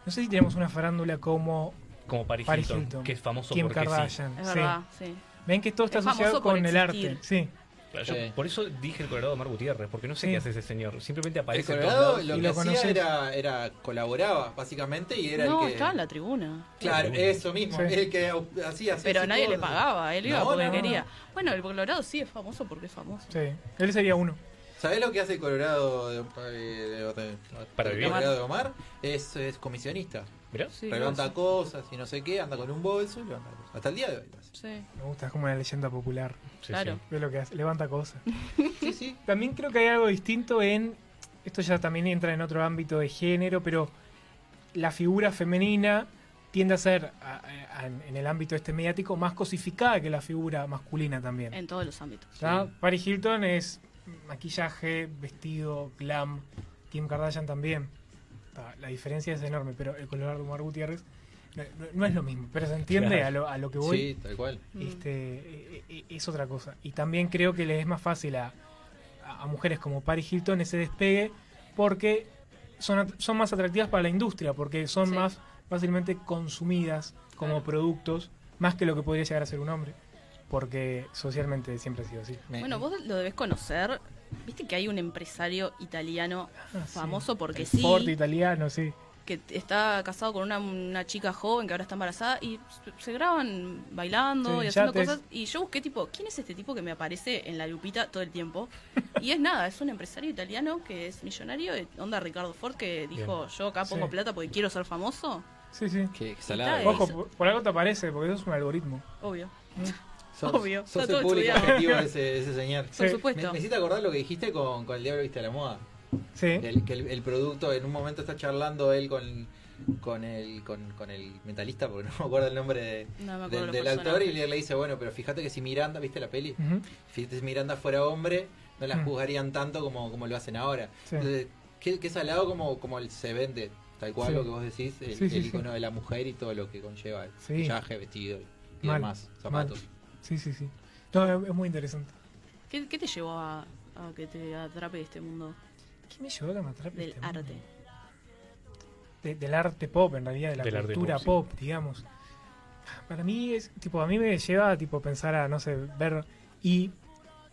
No sé si tenemos una farándula como como Paris, Paris Hilton, Hilton, que es famoso Kim porque sí. Kardashian. Es sí. verdad, sí. Ven que todo está Es asociado famoso por con el existir. arte. Sí. Pero yo- Sí. Por eso dije el Colorado Omar Gutiérrez, porque no sé Sí. qué hace ese señor. Simplemente El aparece en todos Colorado lados. lo y que lo hacía conocés. era, era colaboraba, básicamente, y era no, el que... estaba en la tribuna. Claro, eso mismo, Sí. el que hacía... hacía Pero así nadie todo. le pagaba, él iba No, porque no, no. quería. Bueno, el Colorado sí es famoso porque es famoso. Sí, él sería uno. ¿Sabés lo que hace Colorado de, eh, de- de- Para de vivir. Colorado de Omar? Es, es comisionista. Mirá. Sí, levanta no, sí. cosas y no sé qué, anda con un bolso y levanta cosas. Hasta el día de hoy. lo hace. Sí, Me gusta, es como una leyenda popular. Sí, claro. Ve lo que hace, levanta cosas. Sí, sí. También creo que hay algo distinto en. Esto ya también entra en otro ámbito de género, pero la figura femenina tiende a ser, a- a- en el ámbito este mediático, más cosificada que la figura masculina también. En todos los ámbitos. ¿Ya? Paris Hilton es maquillaje, vestido, glam. Kim Kardashian también. Ta, La diferencia es enorme, pero el color de Omar Gutiérrez no, no- no es lo mismo. Pero se entiende Claro. a, lo, a lo que voy. Sí, tal cual. Mm. Este, e- e- es otra cosa. Y también creo que le es más fácil a, a mujeres como Paris Hilton ese despegue porque son, at- son más atractivas para la industria, porque son Sí. más fácilmente consumidas como Claro. productos, más que lo que podría llegar a ser un hombre, porque socialmente siempre ha sido así. Me- Bueno, vos lo debes conocer. Viste que hay un empresario italiano Ah, sí. famoso porque El sí, Forte italiano, sí. que t- está casado con una, una chica joven que ahora está embarazada y se- se graban bailando Sí, y haciendo yates. cosas. Y yo busqué tipo, ¿quién es este tipo que me aparece en la lupita todo el tiempo? Y es nada, es un empresario italiano que es millonario, eh, onda Ricardo Ford, que dijo, yo acá pongo Sí. plata porque quiero ser famoso. Sí, sí. Qué Está salado. Ojo, eso. por, por algo te aparece, porque eso es un algoritmo. Obvio. Sos, obvio, sos está el todo público estudiado. objetivo de ese, de ese señor. Por Sí. Me, supuesto. me hiciste acordar lo que dijiste con, con el diablo viste a la moda. ¿Eh? Sí. El, que el, el producto, en un momento está charlando él con, con, el, con, con el mentalista, porque no me acuerdo el nombre de- No me del, acuerdo los del actor, y personajes. le, le dice, bueno, pero fíjate que si Miranda, ¿viste la peli? Ujú. Si Miranda fuera hombre, no la Mm. juzgarían tanto como, como lo hacen ahora. Sí. Entonces, qué, qué salado como, como el- se vende, tal cual Sí. lo que vos decís, el, Sí, sí, el sí. icono de la mujer y todo lo que conlleva, el Sí. maquillaje, vestido y Mal, demás, zapatos. Sí, sí, sí. No, es- es muy interesante. ¿Qué, qué te llevó a, a que te atrape este mundo ¿Qué me llevó a que me atrape del este mundo? arte? de- del arte pop, en realidad, de la Del arte cultura pop, pop, digamos. Para mí es, tipo, a mí me lleva a tipo pensar a, no sé, ver y,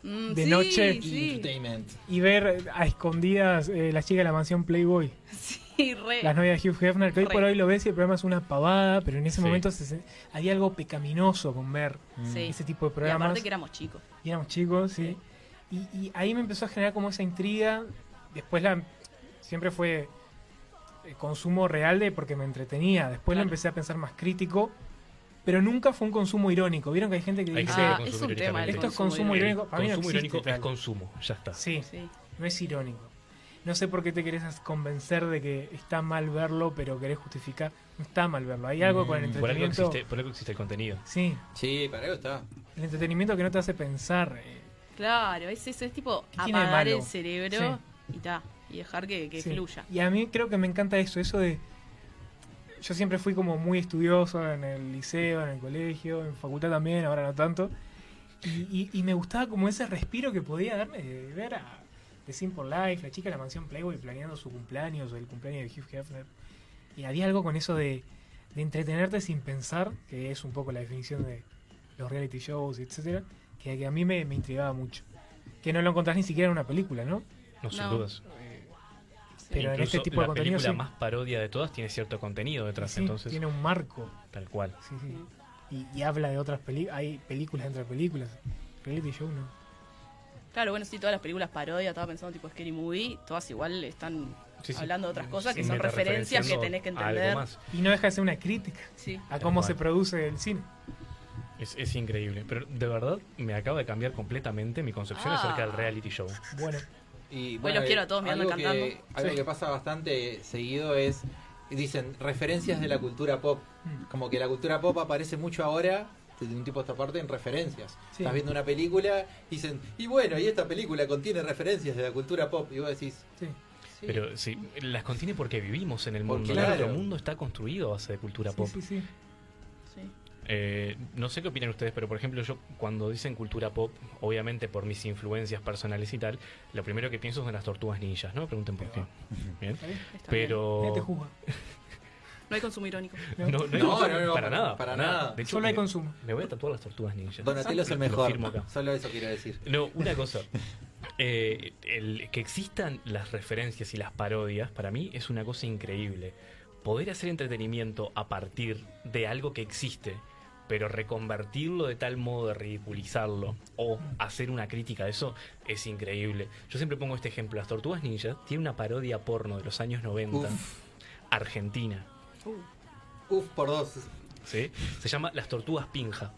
Mm, De sí, noche. Sí, Entertainment. y ver a escondidas eh, las chicas de la mansión Playboy, sí, re. las novias de Hugh Hefner, que hoy Re. por hoy lo ves y el programa es una pavada, pero en ese Sí. momento se se- había algo pecaminoso con ver Sí. ese tipo de Y programas. aparte que éramos chicos. Y éramos chicos, sí. Y, y ahí me empezó a generar como esa intriga. Después la siempre fue eh, consumo real de porque me entretenía. Después Claro. lo empecé a pensar más crítico, pero nunca fue un consumo irónico. Vieron que hay gente que Hay dice, gente que Ah, consume es un tema, irónicamente. el esto es consumo consumo irónico. Para mí no consumo existe irónico tal. es consumo, ya está. Sí, Sí. no es irónico. No sé por qué te querés convencer de que está mal verlo, pero querés justificar. No está mal verlo. Hay algo con el Mm, Por algo, entretenimiento. existe, por algo existe el contenido. Sí, Sí, para algo está. el entretenimiento que no te hace pensar. eh, Claro, es eso, es tipo ¿Qué tiene de apagar malo? el cerebro y ta, y dejar que, que Sí. fluya. Y a mí creo que me encanta eso, eso de... Yo siempre fui como muy estudioso en el liceo, en el colegio, en facultad también, ahora no tanto. Y, y- y me gustaba como ese respiro que podía darme de ver a The Simple Life, la chica de la mansión Playboy planeando su cumpleaños o el cumpleaños de Hugh Hefner. Y había algo con eso de, de entretenerte sin pensar, que es un poco la definición de los reality shows, etcétera, que, que a mí me, me intrigaba mucho. Que no lo encontrás ni siquiera en una película, ¿no? No, sin No. dudas. Pero en Incluso este tipo de la contenido película sí. más parodia de todas tiene cierto contenido detrás, Sí, entonces tiene un marco. tal cual. sí, sí. Y, y habla de otras películas. Hay películas entre películas. Reality show no. Claro, bueno, sí, todas las películas parodia, estaba pensando tipo Scary Movie, todas igual están Sí, sí. hablando de otras cosas que Sí, son referencias que metareferenciando tenés que a entender. Algo más. Y no deja de ser una crítica Sí. a Tal cómo cual. se produce el cine. Es, es increíble. Pero de verdad me acaba de cambiar completamente mi concepción Ah. acerca del reality show. Bueno, Y Hoy los quiero a todos mirando algo y cantando. que, algo que pasa bastante seguido es, dicen, referencias de la cultura pop. Mm. Como que la cultura pop aparece mucho ahora, desde un tipo a esta parte, en referencias. Sí. Estás viendo una película, dicen, y bueno, y esta película contiene referencias de la cultura pop. Y vos decís, sí. sí, Pero sí, las contiene porque vivimos en el Porque, mundo. claro. Nuestro mundo está construido a base de cultura Sí, pop. sí, sí. sí. Eh, no sé qué opinan ustedes, pero por ejemplo, yo cuando dicen cultura pop, obviamente por mis influencias personales y tal, lo primero que pienso es en las tortugas ninjas, ¿no? Me Pregunten por qué. Bien. está bien. Pero. Nadie te juzga. No hay consumo irónico. No, no, hay No, consumo, no, no, para nada. para nada. De hecho, Solo hay me- consumo. Me voy a tatuar las tortugas ninja. Donatello es el Lo- lo mejor. firmo acá. Solo eso quiero decir. No, una cosa. Eh, el, que existan las referencias y las parodias, para mí es una cosa increíble. Poder hacer entretenimiento a partir de algo que existe, pero reconvertirlo de tal modo de ridiculizarlo o hacer una crítica de eso es increíble. Yo siempre pongo este ejemplo. Las Tortugas Ninja tiene una parodia porno de los años 90, Uf. argentina. Uh, Uf, por dos. ¿sí? Se llama Las Tortugas Pinja.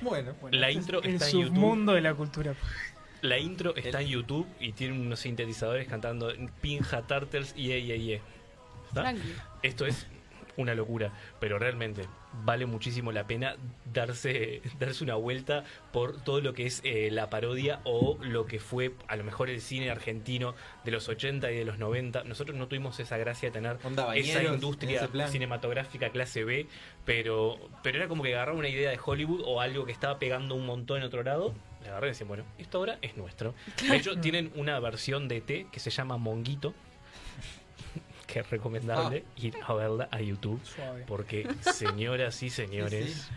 Bueno. Bueno, La este es intro el está en YouTube. submundo de la cultura. La intro está en YouTube y tiene unos sintetizadores cantando Pinja, Tartars y ye, ye, ye. ¿Está? tranqui. Esto es una locura, pero realmente vale muchísimo la pena darse, darse una vuelta por todo lo que es eh, la parodia o lo que fue a lo mejor el cine argentino de los 80 y de los 90. Nosotros no tuvimos esa gracia de tener Onda esa Bañeros, en industria ese plan. cinematográfica clase B, pero, pero era como que agarraba una idea de Hollywood o algo que estaba pegando un montón en otro lado. La agarré y decían, bueno, esto ahora es nuestro. De hecho, tienen una versión de T que se llama Monguito, que es Ah. recomendable ir a verla a YouTube. Suave. Porque, señoras y señores,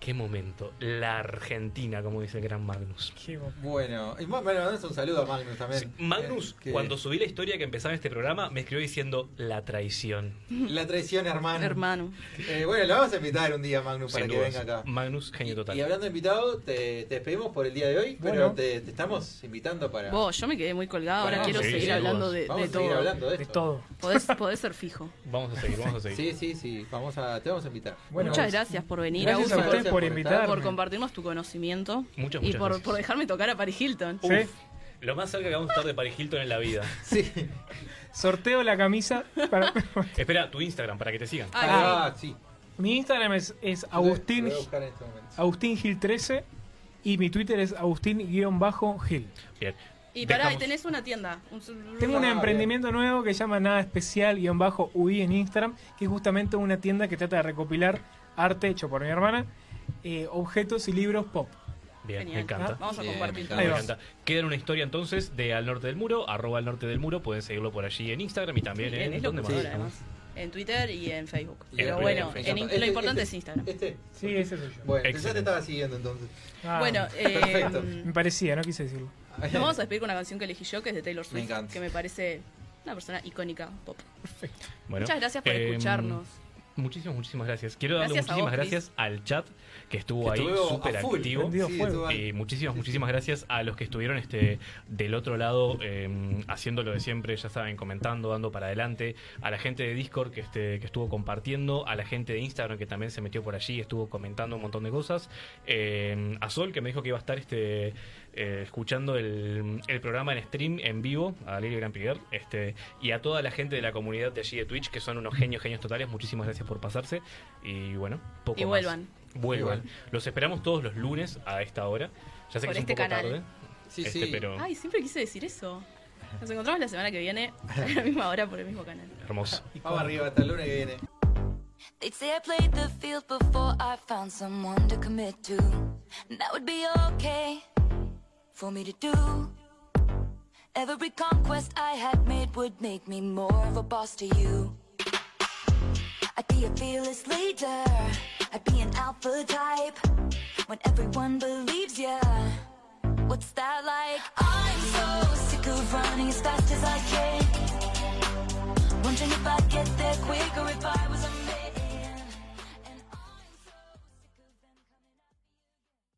qué momento. La Argentina, como dice el gran Magnus. Qué bo- Bueno, y bueno, bueno, es un saludo a Magnus también. Sí, Magnus, Eh, que- cuando subí la historia que empezaba este programa, me escribió diciendo la traición. La traición, hermano. Hermano. Eh, bueno, la vamos a invitar un día, Magnus, para Sin que dudas. venga acá. Magnus, genio total. Y, y hablando de invitado, te, te despedimos por el día de hoy, pero Bueno. te, te estamos invitando para. Vos, yo me quedé muy colgado. Ahora Bueno, quiero sí, seguir sí, hablando vos. de, vamos de a seguir todo. hablando de De esto. todo. Podés, podés ser fijo. Vamos a seguir, vamos a Sí, seguir. sí, sí. Vamos a, te vamos a invitar. Bueno, Muchas gracias por venir, Gracias a Agus, ustedes gracias por por estar, invitarme. por compartirnos tu conocimiento Muchas, y muchas por, gracias. por dejarme tocar a Paris Hilton. Uf, Sí. Lo más cerca que vamos a estar de Paris Hilton en la vida. Sí. Sorteo la camisa. Para... Espera, tu Instagram para que te sigan. Ay, Ah, sí. mi Instagram es, es Agustín, Lo voy a buscar en este momento. Ah, Agustín Gil 13 y mi Twitter es Agustín-Gil. Bien. Y pará, Dejamos- y tenés una tienda. un- Tengo un Ah, emprendimiento nuevo que se llama Nada Especial guión bajo UI en Instagram, que es justamente una tienda que trata de recopilar arte hecho por mi hermana, eh, objetos y libros pop. Bien, Genial. me encanta. Vamos a Bien, compartir. me Ahí Me va. encanta. Queda una historia entonces de Al Norte del Muro, arroba al Norte del Muro. Pueden seguirlo por allí en Instagram y también Bien, en. es ¿dónde locutora, más? además. En Twitter y en Facebook. Y Pero en bueno, Twitter y en en- Este, lo importante este. es Instagram. Este. Sí, ese soy yo. Bueno, ya Excelente. te estaba siguiendo entonces. Ah, Bueno, eh, Perfecto. me parecía, no quise decirlo. nos vamos a despedir con una canción que elegí yo, que es de Taylor Swift, Me encanta. que me parece una persona icónica pop. Bueno, Muchas gracias por eh, escucharnos. Muchísimas, muchísimas gracias. Quiero darle Gracias a muchísimas vos, gracias al chat que estuvo Que ahí estuvo a súper full, activo. prendido Sí, fuego. estuvo al- Eh, muchísimas, muchísimas gracias a los que estuvieron este del otro lado eh, haciendo lo de siempre, ya saben, comentando, dando para adelante, a la gente de Discord que, este, que estuvo compartiendo, a la gente de Instagram que también se metió por allí, estuvo comentando un montón de cosas, eh, a Sol que me dijo que iba a estar este eh, escuchando el, el programa en stream en vivo, a Lili Gran Piguer, este, y a toda la gente de la comunidad de allí de Twitch, que son unos genios, genios totales, muchísimas gracias por pasarse y bueno, poco Y más. vuelvan. Vuelvan. Igual. Los esperamos todos los lunes a esta hora. Ya sé Por que es un este poco canal. tarde. Sí, este, sí. pero Ay, siempre quise decir eso. Nos encontramos la semana que viene a la misma hora por el mismo canal. hermoso. Vamos arriba, hasta el lunes que viene. They'd say I played the field before I found someone to commit to. And that would be okay for me to do. Every conquest I had made would make me more of a boss to you. I'd be a fearless leader, I'd be an alpha type. When everyone believes ya, what's that like? I'm so sick of running as fast as I can. Wondering if I'd get there quick or if I